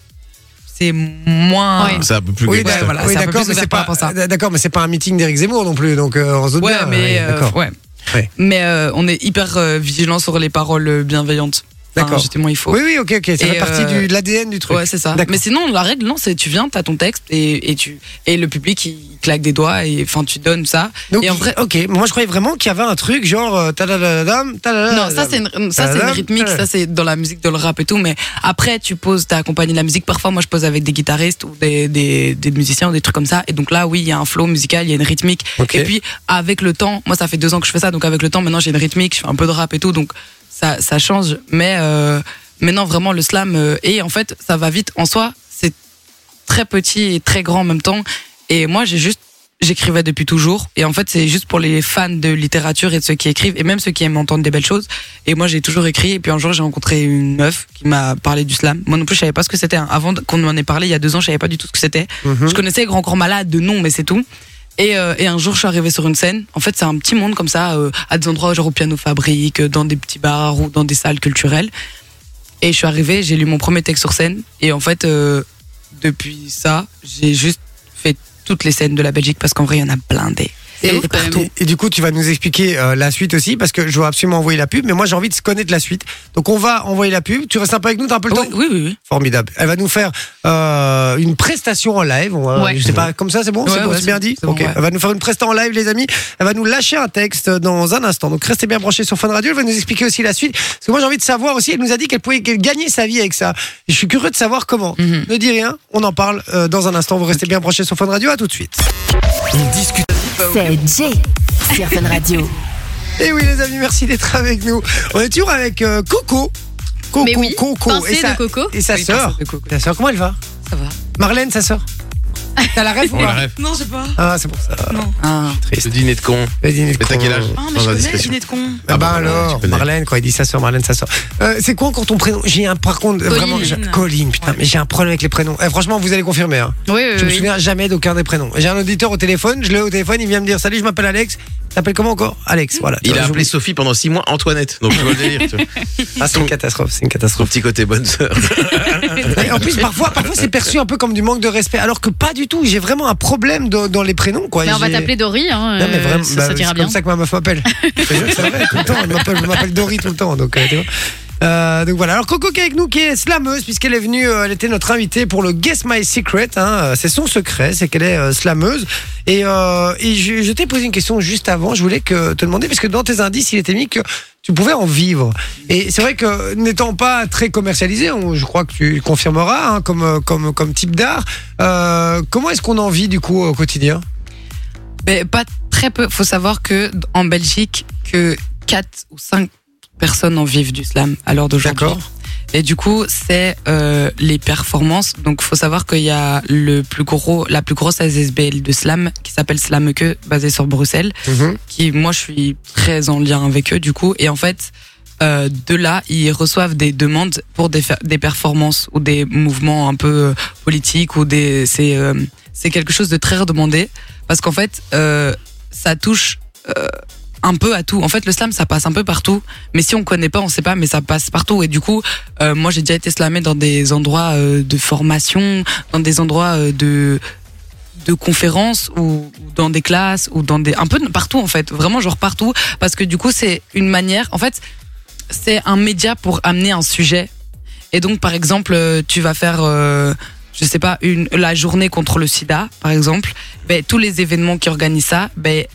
Speaker 5: c'est moins.
Speaker 2: Ouais.
Speaker 4: C'est un peu plus
Speaker 1: oui,
Speaker 4: gangster.
Speaker 5: ouais, voilà,
Speaker 1: oui,
Speaker 5: c'est un peu
Speaker 1: d'accord,
Speaker 5: plus
Speaker 1: mais c'est
Speaker 5: ouvert par
Speaker 1: pas, euh,
Speaker 5: rapport à
Speaker 1: d'accord, mais c'est pas un meeting d'Éric Zemmour non plus, donc euh, on se doute
Speaker 5: Ouais,
Speaker 1: bien.
Speaker 5: mais
Speaker 1: Ouais,
Speaker 5: euh,
Speaker 1: d'accord.
Speaker 5: ouais.
Speaker 1: Ouais.
Speaker 5: Mais euh, on est hyper euh, vigilant sur les paroles euh, bienveillantes. Enfin,
Speaker 1: D'accord.
Speaker 5: justement, il faut.
Speaker 1: Oui, oui, ok, ok. Ça
Speaker 5: Et,
Speaker 1: fait partie
Speaker 5: euh,
Speaker 1: du- de l'ADN du truc.
Speaker 5: Ouais, c'est ça.
Speaker 1: D'accord.
Speaker 5: Mais sinon, la règle, non, c'est tu viens, t'as ton texte et, et tu et le public il claque des doigts et enfin tu donnes ça.
Speaker 1: Donc,
Speaker 5: et en vrai-
Speaker 1: ok, moi je croyais vraiment qu'il y avait un truc genre euh, tadadadam,
Speaker 5: Non,
Speaker 1: tadadadam.
Speaker 5: ça c'est une, ça c'est une
Speaker 1: Tadam.
Speaker 5: rythmique, ça c'est dans la musique, dans le rap et tout. Mais après, tu poses, t'as accompagné la musique. Parfois, moi, je pose avec des guitaristes ou des, des, des musiciens ou des trucs comme ça. Et donc là, oui, il y a un flow musical, il y a une rythmique.
Speaker 1: Ok.
Speaker 5: Et puis avec le temps, moi, ça fait deux ans que je fais ça. Donc avec le temps, maintenant, j'ai une rythmique, je fais un peu de rap et tout. Donc ça, ça change. Mais euh, maintenant, vraiment, le slam euh, et en fait, ça va vite en soi. C'est très petit et très grand en même temps. Et moi, j'ai juste j'écrivais depuis toujours et en fait c'est juste pour les fans de littérature et de ceux qui écrivent et même ceux qui aiment entendre des belles choses et moi j'ai toujours écrit et puis un jour j'ai rencontré une meuf qui m'a parlé du slam moi non plus je savais pas ce que c'était hein. avant qu'on m'en ait parlé il y a deux ans je savais pas du tout ce que c'était
Speaker 1: Mhm.
Speaker 5: je connaissais Grand Corps Malade de nom mais c'est tout et, euh, et un jour je suis arrivée sur une scène en fait c'est un petit monde comme ça euh, à des endroits genre au piano fabrique euh, dans des petits bars ou dans des salles culturelles et je suis arrivée j'ai lu mon premier texte sur scène et en fait euh, depuis ça j'ai juste fait toutes les scènes de la Belgique parce qu'en vrai il y en a blindé
Speaker 6: C'est ouf, quand
Speaker 5: partout
Speaker 6: même.
Speaker 1: Et, et du coup, tu vas nous expliquer euh, la suite aussi, parce que je veux absolument envoyer la pub, mais moi j'ai envie de se connaître la suite. Donc on va envoyer la pub. Tu restes un peu avec nous, t'as un peu le
Speaker 5: oui,
Speaker 1: temps
Speaker 5: oui, oui, oui.
Speaker 1: Formidable. Elle va nous faire euh, une prestation en live. On va-
Speaker 2: Ouais.
Speaker 1: Je sais pas, comme ça, c'est bon
Speaker 5: Ouais,
Speaker 1: C'est bon,
Speaker 5: ouais,
Speaker 1: c'est bien
Speaker 5: c'est-
Speaker 1: dit
Speaker 5: c'est bon,
Speaker 1: Ok.
Speaker 5: ouais.
Speaker 1: Elle va nous faire une prestation en live, les amis. Elle va nous lâcher un texte dans un instant. Donc restez bien branchés sur Fun Radio. Elle va nous expliquer aussi la suite. Parce que moi, j'ai envie de savoir aussi. Elle nous a dit qu'elle pouvait gagner sa vie avec ça. Et je suis curieux de savoir comment.
Speaker 5: Mhm.
Speaker 1: Ne dis rien. On en parle euh, dans un instant. Vous restez bien branchés sur Fun Radio. À tout de suite.
Speaker 4: On discute.
Speaker 3: C'est Jay sur Fun Radio.
Speaker 1: Et Eh oui, les amis, merci d'être avec nous. On est toujours avec euh, Coco. Coco,
Speaker 2: Mais oui,
Speaker 1: Coco.
Speaker 2: pensée
Speaker 1: et sa,
Speaker 2: de Coco.
Speaker 1: et sa
Speaker 5: Oui,
Speaker 1: sœur.
Speaker 5: pensée de Coco.
Speaker 1: Ta sœur, comment elle va
Speaker 5: ça va
Speaker 1: Marlène, sa sœur T'as la rêve ou
Speaker 4: On la
Speaker 1: pas
Speaker 4: rêve.
Speaker 6: Non, je sais pas.
Speaker 1: Ah, c'est pour ça.
Speaker 5: Ah.
Speaker 4: Le dîner de con. euh,
Speaker 1: Le dîner de
Speaker 4: Mais t'as
Speaker 1: con.
Speaker 4: quel âge
Speaker 6: Ah, mais
Speaker 4: Sans
Speaker 6: je connais le
Speaker 4: indiscrétion.
Speaker 6: dîner de con.
Speaker 1: Ah bah
Speaker 4: Ah bon,
Speaker 1: alors,
Speaker 4: tu connais.
Speaker 1: Marlène, quand il dit sa sœur, Marlène, sa sœur. Euh, c'est quoi encore ton prénom J'ai un, par contre, euh, vraiment, j'ai-
Speaker 6: Colline.
Speaker 1: Colline, putain, mais j'ai un problème avec les prénoms. Eh, franchement, vous allez confirmer. hein.
Speaker 2: Oui, oui,
Speaker 1: Je me
Speaker 2: oui.
Speaker 1: souviens jamais d'aucun des prénoms. J'ai un auditeur au téléphone, je l'ai au téléphone, il vient me dire Salut, je m'appelle Alex. T'appelles comment encore Alex, voilà. tu
Speaker 4: Il
Speaker 1: vois,
Speaker 4: a appelé
Speaker 1: j'oublie.
Speaker 4: Sophie pendant 6 mois Antoinette. Donc je vois le délire. tu vois.
Speaker 1: Ah, c'est une catastrophe, c'est une catastrophe.
Speaker 4: Son petit côté bonne sœur.
Speaker 1: Et en plus, parfois, parfois c'est perçu un peu comme du manque de respect, alors que pas du tout. J'ai vraiment un problème dans, dans les prénoms, quoi.
Speaker 2: Mais on va
Speaker 1: J'ai-
Speaker 2: t'appeler Dory, hein,
Speaker 1: Non, mais
Speaker 2: euh,
Speaker 1: vraiment,
Speaker 2: ça,
Speaker 1: bah,
Speaker 2: ça t'ira
Speaker 1: c'est
Speaker 2: bien.
Speaker 1: comme ça que ma meuf m'appelle. Je te jure, c'est vrai, tout le temps. Elle m'appelle, elle m'appelle Dory tout le temps. Donc, euh, tu vois. Euh, donc voilà. Alors Coco qui est avec nous, qui est slameuse, puisqu'elle est venue, euh, elle était notre invitée pour le Guess My Secret. hein. Euh, c'est son secret, c'est qu'elle est euh, slameuse. Et, euh, et je, je t'ai posé une question juste avant. Je voulais que te demander, parce que dans tes indices, il était mis que tu pouvais en vivre. Et c'est vrai que n'étant pas très commercialisé, on- je crois que tu le confirmeras hein, comme, euh, comme, comme type d'art. euh, comment est-ce qu'on en vit du coup au quotidien
Speaker 5: Ben, pas très peu. Faut savoir que d- en Belgique, que 4 ou 5 personnes en vivent du slam à l'heure d'aujourd'hui.
Speaker 1: D'accord.
Speaker 5: Et du coup, c'est euh, les performances. Donc, faut savoir qu'il y a le plus gros, la plus grosse ASBL de slam qui s'appelle Slameke, basée sur Bruxelles.
Speaker 1: Mhm.
Speaker 5: Qui, moi, je suis très en lien avec eux du coup. Et en fait, euh, de là, ils reçoivent des demandes pour des, fa- des performances ou des mouvements un peu euh, politiques ou des. C'est euh, c'est quelque chose de très redemandé parce qu'en fait, euh, ça touche euh, un peu à tout. En fait, le slam, ça passe un peu partout. Mais si on connaît pas, on sait pas, mais ça passe partout. Et du coup, euh, moi, j'ai déjà été slamé dans des endroits euh, de formation, dans des endroits euh, de de conférences ou ou dans des classes ou dans des un peu partout en fait vraiment genre partout parce que du coup c'est une manière en fait c'est un média pour amener un sujet et donc par exemple euh, tu vas faire euh, je sais pas une la journée contre le sida par exemple ben tous les événements qui organisent ça ben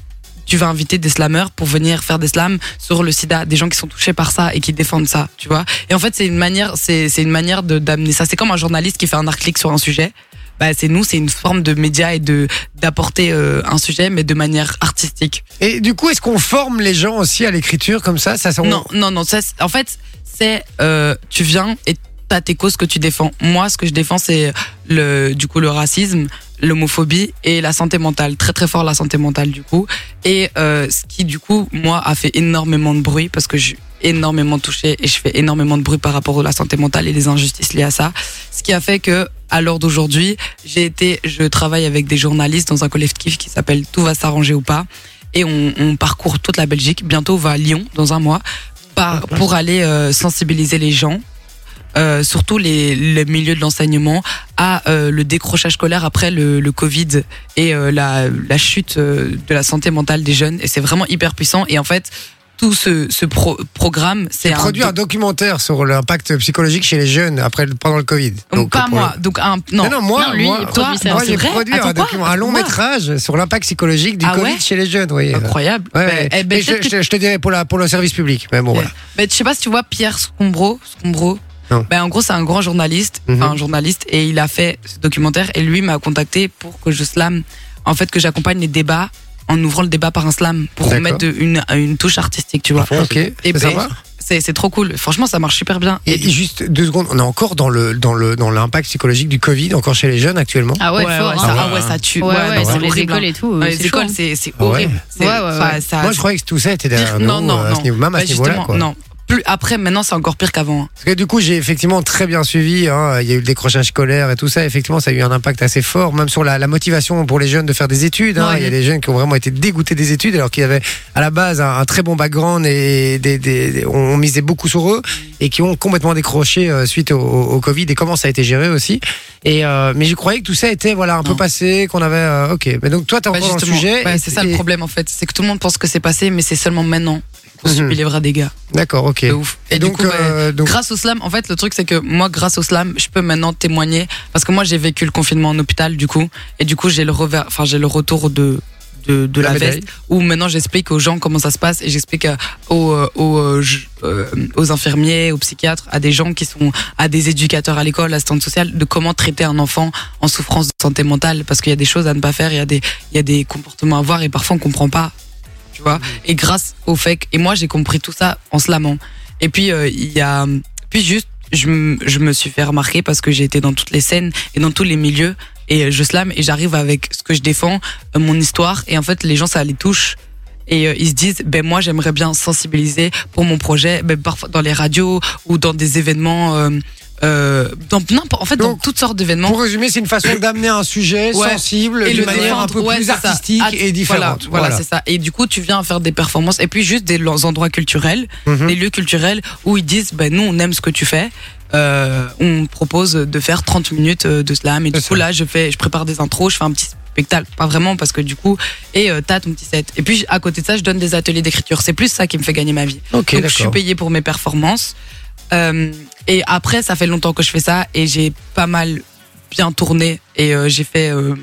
Speaker 5: tu vas inviter des slammeurs pour venir faire des slams sur le sida, des gens qui sont touchés par ça et qui défendent ça, tu vois. Et en fait, c'est une manière, c'est, c'est une manière de, d'amener ça. C'est comme un journaliste qui fait un article sur un sujet. Bah, c'est nous, c'est une forme de média et de, d'apporter euh, un sujet, mais de manière artistique.
Speaker 1: Et du coup, est-ce qu'on forme les gens aussi à l'écriture comme ça, ça ça- on-
Speaker 5: Non, non, non. Ça, c'est- en fait, c'est euh, tu viens et t'as tes causes que tu défends. Moi, ce que je défends, c'est le du coup le racisme, l'homophobie et la santé mentale. Très très fort la santé mentale du coup. Et euh, ce qui du coup moi a fait énormément de bruit parce que je suis énormément touchée et je fais énormément de bruit par rapport à la santé mentale et les injustices liées à ça. Ce qui a fait que à l'heure d'aujourd'hui, j'ai été, je travaille avec des journalistes dans un collectif qui s'appelle Tout va s'arranger ou pas. Et on, on parcourt toute la Belgique. Bientôt, on va à Lyon dans un mois par-
Speaker 1: Ah,
Speaker 5: pour aller euh, sensibiliser les gens, euh, surtout les, le milieu de l'enseignement, à euh, le décrochage scolaire après le, le Covid et euh, la, la chute euh, de la santé mentale des jeunes. Et c'est vraiment hyper puissant. Et en fait, tout ce, ce pro- programme, c'est
Speaker 1: J'ai produit un documentaire sur l'impact psychologique chez les jeunes après, le- pendant le Covid.
Speaker 5: donc, pas
Speaker 1: pour-
Speaker 5: moi, donc un non,
Speaker 1: Non, non, moi,
Speaker 2: Non, lui,
Speaker 1: moi,
Speaker 2: il produit ça.
Speaker 1: moi,
Speaker 5: C'est
Speaker 1: j'ai
Speaker 5: vrai
Speaker 1: produit un,
Speaker 5: Attends, quoi
Speaker 1: document, un long
Speaker 5: Moi
Speaker 1: métrage sur l'impact psychologique du
Speaker 5: Ah
Speaker 1: Covid
Speaker 5: ouais
Speaker 1: chez les jeunes. Oui.
Speaker 5: incroyable.
Speaker 1: Ouais,
Speaker 5: Ben,
Speaker 1: ouais.
Speaker 5: eh ben,
Speaker 1: Mais je,
Speaker 5: peut-être que-
Speaker 1: je- je te dirais pour, la, pour le service public. Mais bon,
Speaker 5: Ouais.
Speaker 1: voilà.
Speaker 5: Ben, je sais pas si tu vois Pierre Scombro. Scombro.
Speaker 1: Non.
Speaker 5: Ben, en gros, c'est un grand journaliste,
Speaker 1: Mhm.
Speaker 5: enfin, un journaliste, et il a fait ce documentaire, et lui m'a contacté pour que je slame, en fait, que j'accompagne les débats en ouvrant le débat par un slam, pour
Speaker 1: D'accord.
Speaker 5: mettre de- une, une touche artistique, tu vois.
Speaker 1: Ok, et
Speaker 5: ben,
Speaker 1: ça va
Speaker 5: C'est c'est trop cool. Franchement, ça marche super bien.
Speaker 1: Et juste deux secondes, on est encore dans le dans le dans l'impact psychologique du Covid, encore chez les jeunes actuellement.
Speaker 2: Ah ouais, fort.
Speaker 5: ça,
Speaker 2: hein.
Speaker 5: ah ouais, ça tue.
Speaker 2: Ouais, ouais,
Speaker 5: non,
Speaker 2: dans
Speaker 5: c'est
Speaker 2: les
Speaker 5: horrible,
Speaker 2: écoles
Speaker 5: hein.
Speaker 2: et tout.
Speaker 5: Dans
Speaker 2: euh,
Speaker 5: les
Speaker 2: c'est
Speaker 5: écoles,
Speaker 2: chaud.
Speaker 5: c'est c'est
Speaker 1: Ah ouais.
Speaker 5: horrible. C'est-
Speaker 2: Ouais, ouais,
Speaker 5: enfin,
Speaker 2: ouais.
Speaker 5: ça-
Speaker 1: Moi, je croyais que tout ça était derrière
Speaker 5: dire-
Speaker 1: nous,
Speaker 5: non, non,
Speaker 1: euh, à
Speaker 5: non.
Speaker 1: ce niveau, même à
Speaker 5: Ben,
Speaker 1: ce niveau-là.
Speaker 5: justement,
Speaker 1: quoi.
Speaker 5: non. Plus, après, maintenant, c'est encore pire qu'avant. hein.
Speaker 1: Parce que du coup, j'ai effectivement très bien suivi. hein, il y a eu le décrochage scolaire et tout ça. Effectivement, ça a eu un impact assez fort, même sur la, la motivation pour les jeunes de faire des études. hein.
Speaker 5: Ouais.
Speaker 1: Il y a des jeunes qui ont vraiment été dégoûtés des études, alors qu'ils avaient à la base un, un très bon background et des, des- des- on misait beaucoup sur eux et qui ont complètement décroché euh, suite au, au- au Covid et comment ça a été géré aussi. Et euh, mais je croyais que tout ça était voilà un peu
Speaker 5: Non.
Speaker 1: passé, qu'on avait euh, ok. Mais donc toi, t'es
Speaker 5: Bah,
Speaker 1: encore dans le
Speaker 5: justement,
Speaker 1: sujet.
Speaker 5: ouais,
Speaker 1: et-
Speaker 5: c'est ça le
Speaker 1: et-
Speaker 5: problème en fait. C'est que tout le monde pense que c'est passé, mais c'est seulement maintenant qu'on
Speaker 1: Mhm.
Speaker 5: subit les vrais dégâts.
Speaker 1: D'accord, ok.
Speaker 5: De ouf. Et,
Speaker 1: Et
Speaker 5: du
Speaker 1: donc,
Speaker 5: coup, bah,
Speaker 1: euh, donc-
Speaker 5: grâce au slam, en fait, le truc c'est que moi, grâce au slam, je peux maintenant témoigner parce que moi, j'ai vécu le confinement en hôpital, du coup, et du coup, j'ai le revers, enfin, j'ai le retour de de, de
Speaker 1: La
Speaker 5: la,
Speaker 1: médaille.
Speaker 5: veste où maintenant j'explique aux gens comment ça se passe et j'explique à- aux euh, aux, euh, j- euh, aux infirmiers, aux psychiatres, à des gens qui sont à des éducateurs à l'école, à assistante sociale, de comment traiter un enfant en souffrance de santé mentale parce qu'il y a des choses à ne pas faire, il y a des il y a des comportements à voir et parfois on comprend pas tu vois. Et grâce au fake, et moi j'ai compris tout ça en slamant. Et puis euh, il y a, puis juste, je, m- je me suis fait remarquer parce que j'ai été dans toutes les scènes et dans tous les milieux et euh, je slame et j'arrive avec ce que je défends, euh, mon histoire et en fait les gens ça les touche. Et euh, ils se disent, ben moi j'aimerais bien sensibiliser pour mon projet, ben parfois dans les radios ou dans des événements, euh, euh, dans n'importe- en fait dans
Speaker 1: Donc,
Speaker 5: toutes sortes d'événements.
Speaker 1: Pour résumer, c'est une façon d'amener un sujet
Speaker 5: Hein Ouais.
Speaker 1: sensible
Speaker 5: et
Speaker 1: d'une
Speaker 5: le
Speaker 1: manière un peu
Speaker 5: défendre, ouais,
Speaker 1: plus
Speaker 5: c'est ça.
Speaker 1: artistique
Speaker 5: Ah,
Speaker 1: et différente.
Speaker 5: Voilà, voilà, c'est ça. Et du coup, tu viens faire des performances et puis juste des lo- endroits culturels,
Speaker 1: Mhm.
Speaker 5: des lieux culturels où ils disent ben nous on aime ce que tu fais. Euh, on propose de faire 30 minutes euh, de slam et du
Speaker 1: C'est
Speaker 5: coup
Speaker 1: ça.
Speaker 5: là je fais je prépare des intros, je fais un petit spectacle, pas vraiment parce que du coup et euh, t'as ton petit set. Et puis à côté de ça, je donne des ateliers d'écriture. C'est plus ça qui me fait gagner ma vie.
Speaker 1: Ok,
Speaker 5: Donc je suis
Speaker 1: d'accord.
Speaker 5: payée pour mes performances. Euh, et après, ça fait longtemps que je fais ça et j'ai pas mal bien tourné et euh, j'ai fait euh,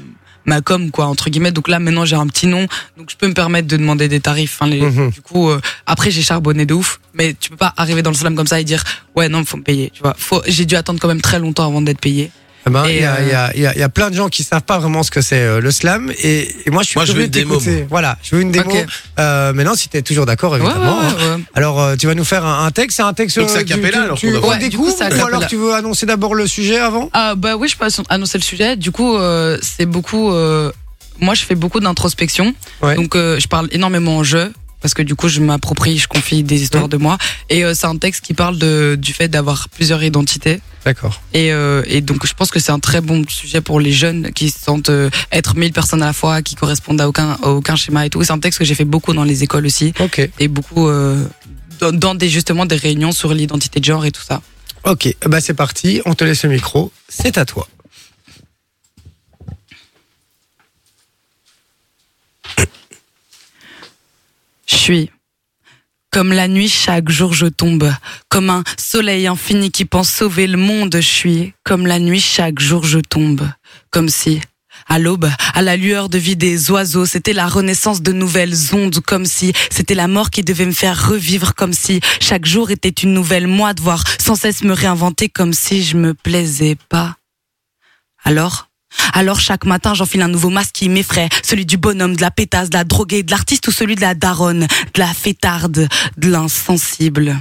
Speaker 5: ma com quoi entre guillemets. Donc là maintenant j'ai un petit nom, donc je peux me permettre de demander des tarifs. Enfin, les-
Speaker 1: Mhm.
Speaker 5: Du coup, euh, après j'ai charbonné de ouf, mais tu peux pas arriver dans le slam comme ça et dire ouais non faut me payer. Tu vois, faut, j'ai dû attendre quand même très longtemps avant d'être payé.
Speaker 1: Eh ben, Il y, a-
Speaker 5: Et, euh,
Speaker 1: il y a- il y a- il y a plein de gens qui savent pas vraiment ce que c'est euh, le slam et, et moi je suis
Speaker 4: Moi,
Speaker 1: curieux
Speaker 4: je veux une
Speaker 1: de
Speaker 4: démo,
Speaker 1: t'écouter. Voilà, je veux une démo.
Speaker 5: Ok.
Speaker 1: Euh, maintenant si t'es toujours d'accord
Speaker 5: Ouais, ouais,
Speaker 1: évidemment. hein.
Speaker 5: ouais, ouais.
Speaker 1: Alors euh, tu vas nous faire un, un texte, c'est un texte.
Speaker 4: Donc, c'est
Speaker 1: euh,
Speaker 4: a
Speaker 1: tu-
Speaker 4: cappella,
Speaker 1: tu-
Speaker 4: alors,
Speaker 1: tu
Speaker 4: qu'on
Speaker 5: doit- Ouais, du coup,
Speaker 1: redécouvres
Speaker 5: c'est a
Speaker 1: ou alors
Speaker 5: cappella.
Speaker 1: tu veux annoncer d'abord le sujet avant
Speaker 5: Ah bah oui, je peux annoncer le sujet. Du coup, euh, c'est beaucoup. euh, moi, je fais beaucoup d'introspection.
Speaker 1: Ouais.
Speaker 5: Donc, euh, je parle énormément en jeu. parce que du coup je m'approprie, je confie des histoires de moi. Et euh, c'est un texte qui parle de, du fait d'avoir plusieurs identités.
Speaker 1: D'accord.
Speaker 5: Et, euh, et donc je pense que c'est un très bon sujet pour les jeunes qui se sentent euh, être mille personnes à la fois, qui correspondent à aucun, à aucun schéma et tout. C'est un texte que j'ai fait beaucoup dans les écoles aussi
Speaker 1: Ok.
Speaker 5: et beaucoup euh, dans, dans des justement des réunions sur l'identité de genre et tout ça.
Speaker 1: Ok, bah c'est parti, on te laisse le micro, c'est à toi.
Speaker 5: Je suis. Comme la nuit, chaque jour je tombe. Comme un soleil infini qui pense sauver le monde, je suis. Comme la nuit, chaque jour je tombe. Comme si, à l'aube, à la lueur de vie des oiseaux, c'était la renaissance de nouvelles ondes. Comme si, c'était la mort qui devait me faire revivre. Comme si, chaque jour était une nouvelle moi, devoir sans cesse me réinventer. Comme si je me plaisais pas. Alors alors chaque matin, j'enfile un nouveau masque qui m'effraie, celui du bonhomme, de la pétasse, de la droguée, de l'artiste ou celui de la daronne, de la fêtarde, de l'insensible.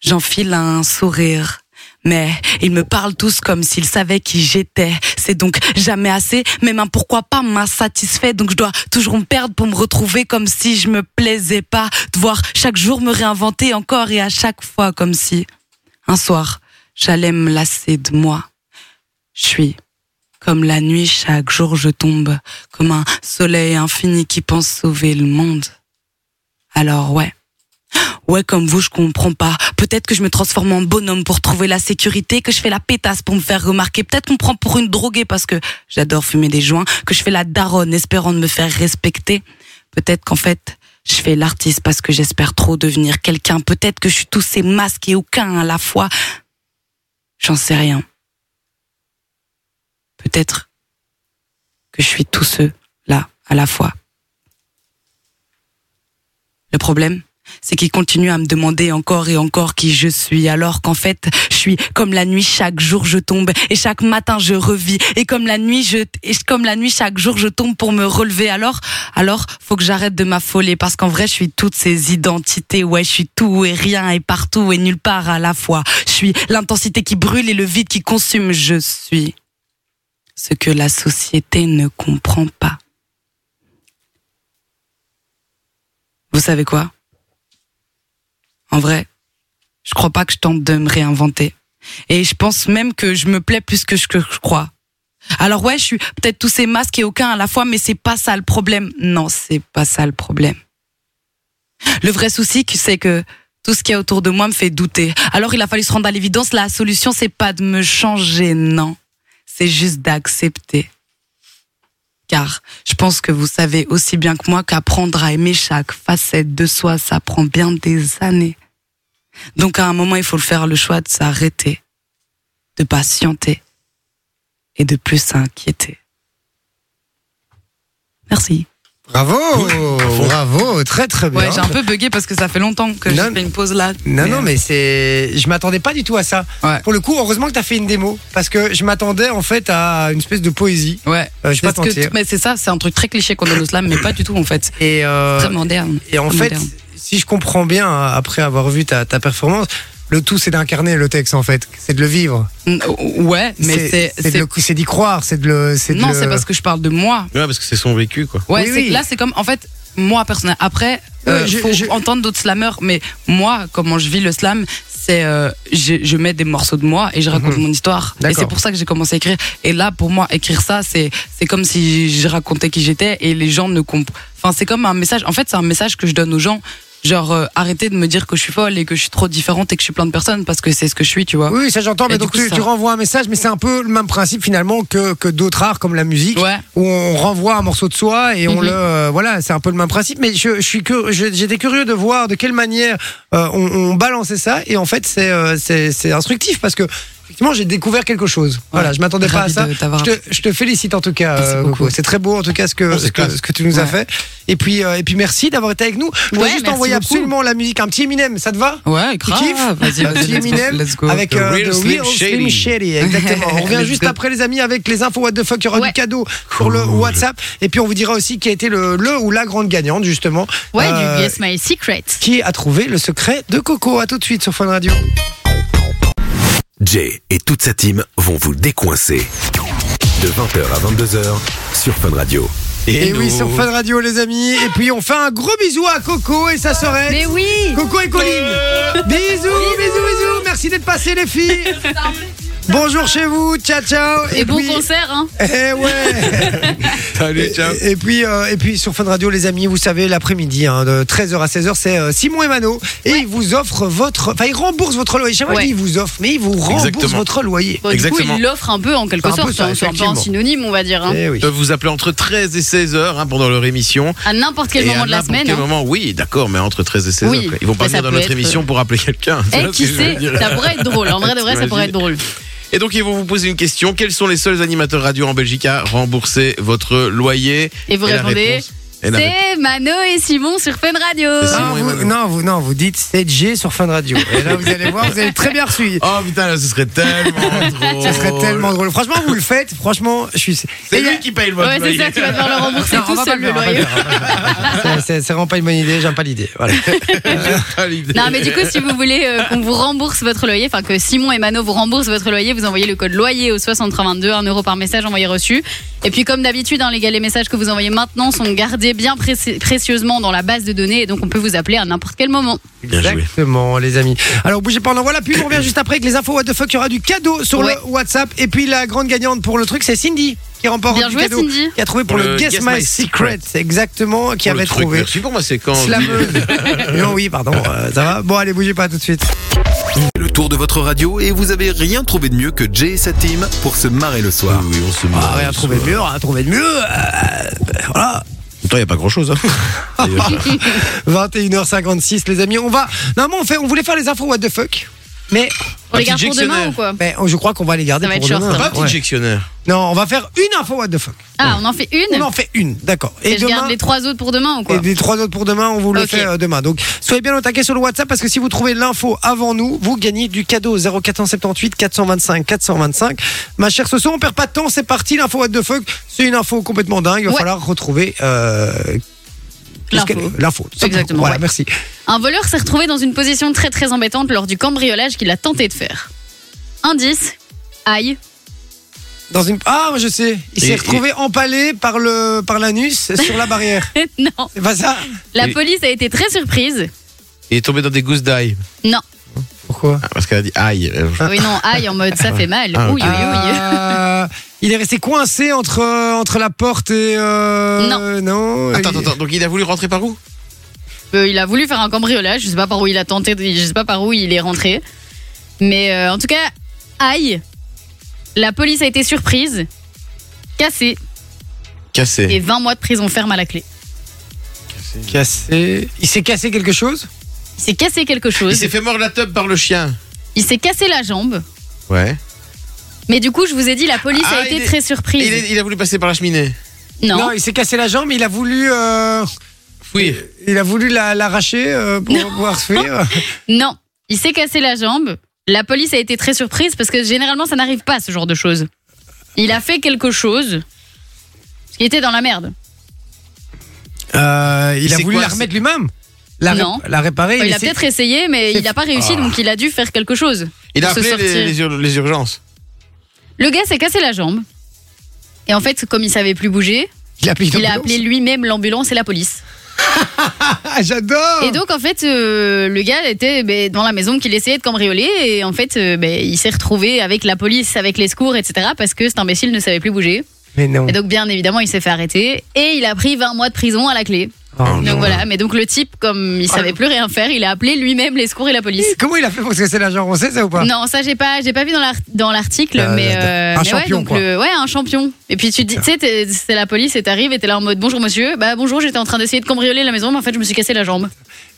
Speaker 5: J'enfile un sourire. Mais ils me parlent tous comme s'ils savaient qui j'étais. C'est donc jamais assez, même un pourquoi pas m'insatisfait. Donc je dois toujours me perdre pour me retrouver comme si je me plaisais pas. Devoir chaque jour me réinventer encore et à chaque fois comme si. Un soir, j'allais me lasser de moi. Je suis comme la nuit, chaque jour je tombe, comme un soleil infini qui pense sauver le monde. Alors ouais. Ouais, comme vous, je comprends pas. Peut-être que je me transforme en bonhomme pour trouver la sécurité, que je fais la pétasse pour me faire remarquer. Peut-être qu'on me prend pour une droguée parce que j'adore fumer des joints, que je fais la daronne espérant de me faire respecter. Peut-être qu'en fait, je fais l'artiste parce que j'espère trop devenir quelqu'un. Peut-être que je suis tous ces masques et aucun à la fois. J'en sais rien. Peut-être que je suis tous ceux là à la fois. Le problème, c'est qu'ils continuent à me demander encore et encore qui je suis, alors qu'en fait, je suis comme la nuit, chaque jour je tombe, et chaque matin je revis, et comme la nuit, je, et comme la nuit, chaque jour je tombe pour me relever, alors, alors, faut que j'arrête de m'affoler, parce qu'en vrai, je suis toutes ces identités, ouais, je suis tout et rien et partout et nulle part à la fois. Je suis l'intensité qui brûle et le vide qui consume, je suis ce que la société ne comprend pas. Vous savez quoi En vrai, je crois pas que je tente de me réinventer. Et je pense même que je me plais plus que je, que je crois. Alors ouais, je suis peut-être tous ces masques et aucun à la fois, mais c'est pas ça le problème. Non, c'est pas ça le problème. Le vrai souci, c'est que tout ce qu'il y a autour de moi me fait douter. Alors il a fallu se rendre à l'évidence, la solution, c'est pas de me changer, non c'est juste d'accepter. Car je pense que vous savez aussi bien que moi qu'apprendre à aimer chaque facette de soi, ça prend bien des années. Donc à un moment, il faut le faire le choix de s'arrêter, de patienter et de plus s'inquiéter. Merci.
Speaker 1: Bravo, bravo, très très bien.
Speaker 5: Ouais, j'ai un peu bugué parce que ça fait longtemps que j'ai
Speaker 1: Non.
Speaker 5: fait une pause là.
Speaker 1: Non, non, mais c'est. Je m'attendais pas du tout à ça.
Speaker 5: Ouais.
Speaker 1: Pour le coup, heureusement que t'as fait une démo. Parce que je m'attendais en fait à une espèce de poésie.
Speaker 5: Ouais.
Speaker 1: Euh, je vais pas
Speaker 5: Parce que-
Speaker 1: te mentir.
Speaker 5: mais c'est ça, c'est un truc très cliché qu'on donne au slam, mais pas du tout en fait.
Speaker 1: Et, euh,
Speaker 5: Très moderne.
Speaker 1: et en
Speaker 5: très
Speaker 1: fait,
Speaker 5: moderne.
Speaker 1: si je comprends bien, hein, après avoir vu ta, ta performance, le tout c'est d'incarner le texte en fait. C'est de le vivre.
Speaker 5: Mm, Ouais, mais c'est.
Speaker 1: c'est de
Speaker 5: c'est-
Speaker 1: le- c'est d'y croire. C'est de le. de
Speaker 5: Non,
Speaker 1: le-
Speaker 5: c'est parce que je parle de moi.
Speaker 4: Ouais, parce que c'est son vécu, quoi.
Speaker 5: Ouais,
Speaker 1: Oui,
Speaker 5: c'est-
Speaker 1: oui.
Speaker 5: là, c'est comme. En fait, moi, personnellement. Après, euh,
Speaker 1: Ouais, je-
Speaker 5: faut
Speaker 1: je-
Speaker 5: entendre d'autres slammeurs, mais moi, comment je vis le slam, c'est. euh, je, je mets des morceaux de moi et je raconte mon histoire. Et
Speaker 1: Mhm. D'accord.
Speaker 5: c'est pour ça que j'ai commencé à écrire. Et là, pour moi, écrire ça, c'est c'est comme si je racontais qui j'étais et les gens ne comprennent. Enfin, c'est comme un message. En fait, c'est un message que je donne aux gens. Genre, euh, arrêtez de me dire que je suis folle et que je suis trop différente et que je suis plein de personnes parce que c'est ce que je suis, tu vois.
Speaker 1: Oui, ça j'entends, mais
Speaker 5: Et du
Speaker 1: donc
Speaker 5: coup,
Speaker 1: tu,
Speaker 5: ça-
Speaker 1: tu renvoies un message, mais c'est un peu le même principe finalement que, que d'autres arts comme la musique,
Speaker 5: Ouais.
Speaker 1: où on renvoie un morceau de soi et on
Speaker 5: Mhm.
Speaker 1: le, euh, voilà, c'est un peu le même principe. Mais je, je suis que, je- j'étais curieux de voir de quelle manière euh, on, on balançait ça, et en fait c'est, euh, c'est, c'est instructif parce que effectivement j'ai découvert quelque chose. Voilà, je m'attendais pas à
Speaker 5: Ravi
Speaker 1: ça.
Speaker 5: de t'avoir
Speaker 1: Je te, je te félicite en tout cas, euh,
Speaker 5: Merci
Speaker 1: Coco.
Speaker 5: beaucoup.
Speaker 1: C'est très beau en tout cas ce que,
Speaker 4: Oh,
Speaker 1: ce
Speaker 4: c'est
Speaker 1: que,
Speaker 4: classe.
Speaker 1: ce que tu nous as
Speaker 5: Ouais.
Speaker 1: fait. Et puis, euh, et puis merci d'avoir été avec nous. Je dois
Speaker 5: Ouais,
Speaker 1: juste
Speaker 5: merci
Speaker 1: envoyer
Speaker 5: beaucoup.
Speaker 1: absolument la musique, un petit Eminem, ça te va?
Speaker 5: Ouais,
Speaker 1: Tu
Speaker 5: grave.
Speaker 1: kiffes
Speaker 5: Vas-y,
Speaker 1: Un petit
Speaker 5: vas-y, let's go,
Speaker 1: Eminem
Speaker 5: let's go.
Speaker 1: avec
Speaker 4: The
Speaker 1: euh, The
Speaker 4: Real
Speaker 1: Real,
Speaker 4: Slim
Speaker 1: Slim
Speaker 4: Shady.
Speaker 1: Shady. Exactement. On revient
Speaker 5: Let's
Speaker 1: juste
Speaker 5: go.
Speaker 1: après les amis avec les infos What the fuck. Il y aura
Speaker 2: Ouais.
Speaker 1: du cadeau sur le WhatsApp et puis on vous dira aussi qui a été le, le ou la grande gagnante justement.
Speaker 2: Ouais,
Speaker 1: Euh,
Speaker 2: du Yes My Secret.
Speaker 1: Qui a trouvé le secret de Coco À tout de suite sur Fun Radio.
Speaker 7: Jay et toute sa team vont vous décoincer. De 20h à 22h sur Fun Radio.
Speaker 1: Et, Eh oui,
Speaker 4: nous-
Speaker 1: sur Fun Radio, les amis. Et puis, on fait un gros bisou à Coco et sa sœurette.
Speaker 2: Mais oui
Speaker 1: Coco et Colline.
Speaker 4: Euh.
Speaker 1: Bisous, bisous, bisous. Merci d'être passés, les filles. Bonjour chez vous. Ciao, ciao.
Speaker 2: Et bon
Speaker 1: puis-
Speaker 2: concert, hein
Speaker 1: Eh ouais.
Speaker 4: Salut, ciao.
Speaker 1: Et, et puis, euh, et puis sur Fun Radio, les amis, vous savez, l'après-midi, hein, de 13h à 16h, c'est euh, Simon et Mano. Et ils vous offrent votre. Enfin, ils remboursent votre loyer. Je sais pas
Speaker 2: Ouais.
Speaker 1: si ils vous offrent, mais ils vous remboursent
Speaker 4: Exactement.
Speaker 1: votre loyer.
Speaker 2: Bon, du coup,
Speaker 4: Exactement.
Speaker 2: il l'offre un peu en quelque
Speaker 1: Un peu
Speaker 2: sorte,
Speaker 1: ça,
Speaker 2: hein, c'est un peu un
Speaker 1: effectivement.
Speaker 2: synonyme, on va dire. hein.
Speaker 1: Eh oui.
Speaker 4: Ils peuvent vous appeler entre 13 et 16 heures hein, pendant leur émission.
Speaker 2: À n'importe quel
Speaker 4: Et
Speaker 2: moment
Speaker 4: à
Speaker 2: de la
Speaker 4: n'importe
Speaker 2: semaine.
Speaker 4: Quel
Speaker 2: hein.
Speaker 4: moment, oui, d'accord, mais entre 13 et 16
Speaker 2: Oui,
Speaker 4: heures. quoi. Ils vont pas
Speaker 2: mais ça
Speaker 4: venir dans
Speaker 2: peut
Speaker 4: notre
Speaker 2: être- euh,
Speaker 4: émission pour appeler quelqu'un. C'est
Speaker 2: Eh,
Speaker 4: là ce
Speaker 2: qui
Speaker 4: que je veux
Speaker 2: sait,
Speaker 4: dire.
Speaker 2: ça pourrait être drôle. En vrai de vrai, ça pourrait être drôle.
Speaker 4: Et donc, ils vont vous poser une question. Quels sont les seuls animateurs radio en Belgique à rembourser votre loyer
Speaker 2: Et vous
Speaker 4: Et la
Speaker 2: répondez
Speaker 4: réponse Et la réponse-
Speaker 2: C'est Mano et Simon sur Fun Radio.
Speaker 4: C'est
Speaker 1: Non,
Speaker 4: Simon et
Speaker 1: Ah, vous,
Speaker 4: Mano.
Speaker 1: non, vous, non, vous dites CG sur Fun Radio. Et là, vous allez voir, vous allez très bien reçu.
Speaker 4: Oh putain, là, ce serait tellement drôle.
Speaker 1: Ce serait tellement drôle. Franchement, vous le faites. Franchement, je suis.
Speaker 4: C'est
Speaker 1: Et il y a-
Speaker 4: lui qui paye le
Speaker 2: Ouais,
Speaker 4: votre
Speaker 2: c'est
Speaker 4: loyer.
Speaker 2: ça, tu vas devoir le rembourser
Speaker 1: Non, on
Speaker 2: tout
Speaker 1: va pas
Speaker 2: seul
Speaker 1: le
Speaker 2: le
Speaker 1: faire, on va pas le
Speaker 2: loyer.
Speaker 1: faire. C'est- C'est c'est vraiment pas une bonne idée, j'aime pas l'idée. Voilà.
Speaker 4: Ah, l'idée.
Speaker 2: Non, mais du coup, si vous voulez euh, qu'on vous rembourse votre loyer, enfin que Simon et Mano vous remboursent votre loyer, vous envoyez le code loyer au 6322, 1 euro par message envoyé reçu. Et puis, comme d'habitude, hein, les gars, les messages que vous envoyez maintenant sont gardés bien précie- précieusement dans la base de données et donc on peut vous appeler à n'importe quel moment.
Speaker 4: Bien joué.
Speaker 1: Exactement, les amis. Alors, bougez pas, on envoie la pub, on revient juste après avec les infos. What the fuck, il y aura du cadeau sur
Speaker 2: Ouais.
Speaker 1: le WhatsApp. Et puis, la grande gagnante pour le truc, c'est Cindy qui remporte
Speaker 2: Bien
Speaker 1: du
Speaker 2: joué,
Speaker 1: cadeau.
Speaker 2: Cindy.
Speaker 1: Qui a trouvé pour,
Speaker 4: Pour
Speaker 1: le,
Speaker 4: le
Speaker 1: Guess,
Speaker 4: Guess
Speaker 1: My
Speaker 4: My
Speaker 1: Secret, c'est exactement, qui
Speaker 4: Pour Oh, le
Speaker 1: avait
Speaker 4: truc,
Speaker 1: trouvé.
Speaker 4: Merci pour moi, c'est quand.
Speaker 1: Slameuse. non, oui, pardon, euh, ça va. Bon, allez, bougez pas tout de suite.
Speaker 7: Le tour de votre radio et vous avez rien trouvé de mieux que Jay et sa team pour se marrer le soir.
Speaker 4: Oui, on se marre.
Speaker 1: Ah, rien trouvé de mieux, rien trouvé de mieux. euh, voilà.
Speaker 4: Pourtant, il n'y a pas hein. grand chose.
Speaker 1: 21h56, les amis. On va. Non, mais on, fait, on voulait faire les infos what the fuck. Mais,
Speaker 2: On les
Speaker 4: petit
Speaker 2: garde pour demain
Speaker 4: dictionnaire.
Speaker 2: ou quoi
Speaker 1: mais je crois qu'on va les garder
Speaker 2: Ça va
Speaker 1: pour
Speaker 2: être short, hein.
Speaker 1: demain.
Speaker 2: ça va.
Speaker 4: Pas un petit
Speaker 1: Ouais.
Speaker 4: dictionnaire.
Speaker 1: Non, on va faire une info what the fuck.
Speaker 2: Ah, on en fait
Speaker 1: On
Speaker 2: une
Speaker 1: en fait une, d'accord.
Speaker 2: et, je garde les trois autres pour demain ou quoi
Speaker 1: et des trois autres pour demain, on vous le
Speaker 2: Ok.
Speaker 1: fait euh, demain. Donc soyez bien au taquet sur le WhatsApp parce que si vous trouvez l'info avant nous, vous gagnez du cadeau 0478 425 425. Ma chère Soso, on perd pas de temps, c'est parti l'info what the fuck. C'est une info complètement dingue, il va
Speaker 2: Ouais.
Speaker 1: falloir retrouver euh, qu'est-ce
Speaker 2: L'info.
Speaker 1: qu'elle- l'info. tout simplement.
Speaker 2: Exactement,
Speaker 1: Voilà,
Speaker 2: ouais.
Speaker 1: merci.
Speaker 2: Un voleur s'est retrouvé dans une position très très embêtante lors du cambriolage qu'il a tenté de faire. Indice aïe.
Speaker 1: Dans une Ah, moi, je sais, il
Speaker 4: Et-
Speaker 1: s'est retrouvé empalé par le par l'anus sur la barrière.
Speaker 2: non.
Speaker 1: C'est pas ça
Speaker 2: La
Speaker 4: Et-
Speaker 2: police a été très surprise.
Speaker 4: Il est tombé dans des gousses d'ail.
Speaker 2: Non.
Speaker 1: Pourquoi
Speaker 4: Ah, Parce qu'elle a dit aïe. Euh,
Speaker 2: Oui, non, aïe en mode ça fait mal.
Speaker 4: Ah, ok.
Speaker 2: Ouille, ouille, ouille.
Speaker 1: Euh, il est resté coincé entre, euh, entre la porte et. euh, non.
Speaker 4: Attends,
Speaker 1: Il-
Speaker 4: attends, attends, donc il a voulu rentrer par où
Speaker 2: Euh, il a voulu faire un cambriolage, je sais pas par où il a tenté, de- je sais pas par où il est rentré. Mais euh, en tout cas, aïe. La police a été surprise, cassée et
Speaker 4: Cassé.
Speaker 2: 20 mois de prison ferme à la clé.
Speaker 1: Cassé. Il s'est cassé quelque chose
Speaker 2: Il s'est cassé quelque
Speaker 4: Il
Speaker 2: chose,
Speaker 4: s'est fait mordre la teub par le chien.
Speaker 2: il s'est cassé la jambe,
Speaker 4: Ouais.
Speaker 2: mais du coup, je vous ai dit, la police
Speaker 4: Ah,
Speaker 2: a été
Speaker 4: il est-
Speaker 2: très
Speaker 4: Il,
Speaker 2: surprise.
Speaker 4: est- il a voulu passer par la cheminée.
Speaker 2: Non.
Speaker 1: il s'est cassé la jambe, il a voulu. euh,
Speaker 4: Fouille.
Speaker 1: il a voulu la- l'arracher euh, pour pouvoir se fuir.
Speaker 2: non, il s'est cassé la jambe. La police a été très surprise parce que généralement, ça n'arrive pas ce genre de choses. Il a fait quelque chose parce qu'il était dans la merde.
Speaker 1: Euh, il a
Speaker 4: C'est
Speaker 1: voulu
Speaker 4: quoi,
Speaker 1: la
Speaker 4: c'est-
Speaker 1: remettre lui-même la, ré-
Speaker 2: Non.
Speaker 1: la réparer.
Speaker 2: Enfin, il a
Speaker 1: essaie-
Speaker 2: peut-être essayé, mais il n'a pas réussi,
Speaker 1: Ah.
Speaker 2: donc il a dû faire quelque chose.
Speaker 4: Il a
Speaker 2: Pour se
Speaker 4: appelé les,
Speaker 2: sortir.
Speaker 4: les ur- les urgences.
Speaker 2: Le gars s'est cassé la jambe. Et en fait, comme il savait plus bouger,
Speaker 1: il a appelé. une
Speaker 2: il a
Speaker 1: ambulance.
Speaker 2: appelé lui-même l'ambulance et la police.
Speaker 1: Ah, j'adore
Speaker 2: Et donc, en fait, euh, le gars était ben, dans la maison qu'il essayait de cambrioler. Et en fait, euh, ben, il s'est retrouvé avec la police, avec les secours, etc. Parce que cet imbécile ne savait plus bouger.
Speaker 1: Mais non.
Speaker 2: Et donc, bien évidemment, il s'est fait arrêter. Et il a pris 20 mois de prison à la clé.
Speaker 1: Oh,
Speaker 2: donc
Speaker 1: non. Ah.
Speaker 2: voilà. Mais donc, le type, comme il savait plus rien faire, il a appelé lui-même les secours et la police.
Speaker 1: Comment il a fait pour se casser la jambe On sait ça ou pas
Speaker 2: Non, ça j'ai pas, j'ai pas vu dans l'art- dans l'article,
Speaker 1: Euh,
Speaker 2: mais,
Speaker 1: un
Speaker 2: mais
Speaker 1: champion,
Speaker 2: ouais, donc
Speaker 1: quoi.
Speaker 2: le- ouais, un champion. Et puis tu te dis, tu sais, t'es- c'est la police et t'arrives et t'es là en mode bonjour monsieur, bah bonjour, j'étais en train d'essayer de cambrioler la maison, mais en fait je me suis cassé la jambe.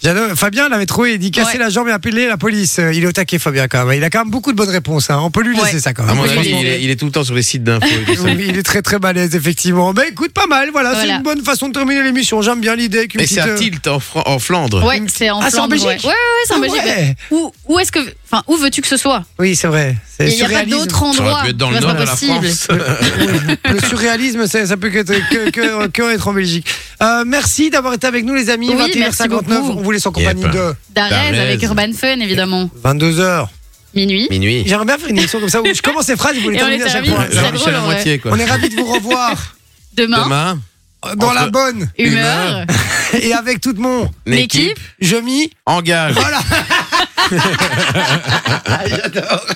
Speaker 1: J'adore. Fabien l'avait trouvé, il dit casser
Speaker 2: Ouais.
Speaker 1: la jambe et appeler la police. Euh, Il est au taquet, Fabien, quand même. Il a quand même beaucoup de bonnes réponses. hein. On peut lui
Speaker 2: Ouais.
Speaker 1: laisser ça quand
Speaker 4: À
Speaker 1: même.
Speaker 4: mon avis,
Speaker 1: Franchement.
Speaker 4: il est, il est tout le temps sur les sites d'infos. et tout ça.
Speaker 1: Oui, il est très très balèze, effectivement. Bah écoute, pas mal, voilà, c'est
Speaker 2: Voilà.
Speaker 1: une bonne façon de terminer l'émission. J'aime bien l'idée avec une
Speaker 4: Et
Speaker 1: petite,
Speaker 4: c'est à
Speaker 1: euh,
Speaker 4: Tilt en, Fran- en Flandre.
Speaker 2: Ouais, c'est en
Speaker 1: Ah, c'est en
Speaker 2: Flandre,
Speaker 1: Belgique
Speaker 2: ouais. Ouais, ouais, ouais, c'est en
Speaker 1: Ah
Speaker 2: Belgique.
Speaker 1: ouais.
Speaker 2: Mais Où, où est-ce que, enfin, où veux-tu que ce soit
Speaker 1: Oui, c'est vrai. C'est
Speaker 2: Il n'y a pas
Speaker 1: surréalisme.
Speaker 2: d'autre
Speaker 4: Ça
Speaker 2: endroit.
Speaker 4: aurait pu être dans le
Speaker 2: Tu vois,
Speaker 4: nord
Speaker 2: c'est
Speaker 4: de
Speaker 2: pas
Speaker 4: la
Speaker 2: possible.
Speaker 4: France.
Speaker 1: Le surréalisme, ça, ça peut que, que, que- que être en Belgique. Euh, merci d'avoir été avec nous, les amis.
Speaker 2: Oui,
Speaker 1: 21h59,
Speaker 2: merci beaucoup.
Speaker 1: on vous laisse en
Speaker 4: Yep.
Speaker 1: compagnie de
Speaker 2: D'Arez
Speaker 4: Darès.
Speaker 2: avec Urban Fun évidemment.
Speaker 1: 22h.
Speaker 2: Minuit.
Speaker 4: Minuit.
Speaker 1: J'aimerais bien faire une émission comme ça où je commence les phrases et vous les
Speaker 2: Et on les
Speaker 1: terminez à chaque
Speaker 2: termine.
Speaker 1: fois.
Speaker 2: C'est
Speaker 4: Jean-Michel
Speaker 2: drôle,
Speaker 4: à
Speaker 2: en vrai.
Speaker 4: moitié, quoi.
Speaker 1: On est ravis de vous revoir.
Speaker 2: Demain.
Speaker 4: Demain,
Speaker 1: dans la
Speaker 4: Entre-
Speaker 1: bonne
Speaker 2: Humeur,
Speaker 1: et avec toute mon
Speaker 2: l'équipe.
Speaker 1: je m'y
Speaker 4: engage.
Speaker 1: Voilà. J'adore.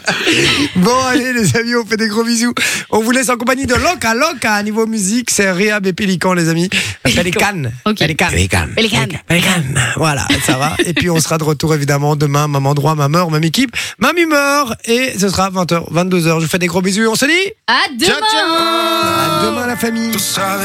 Speaker 1: Bon, allez, les amis, on fait des gros bisous. On vous laisse en compagnie de Loca Loca. Niveau musique, c'est Rehab et Pélican, les amis. Pélican.
Speaker 2: Ok.
Speaker 1: Pélican. Pélican.
Speaker 2: Pélican.
Speaker 1: Pélican. Voilà, ça va. Et puis, on sera de retour, évidemment, demain, même endroit, même heure, même équipe, même humeur. Et ce sera 20h, 22h. Je vous fais des gros bisous et on se dit
Speaker 2: À demain
Speaker 1: à demain, la famille.
Speaker 8: Tú sabes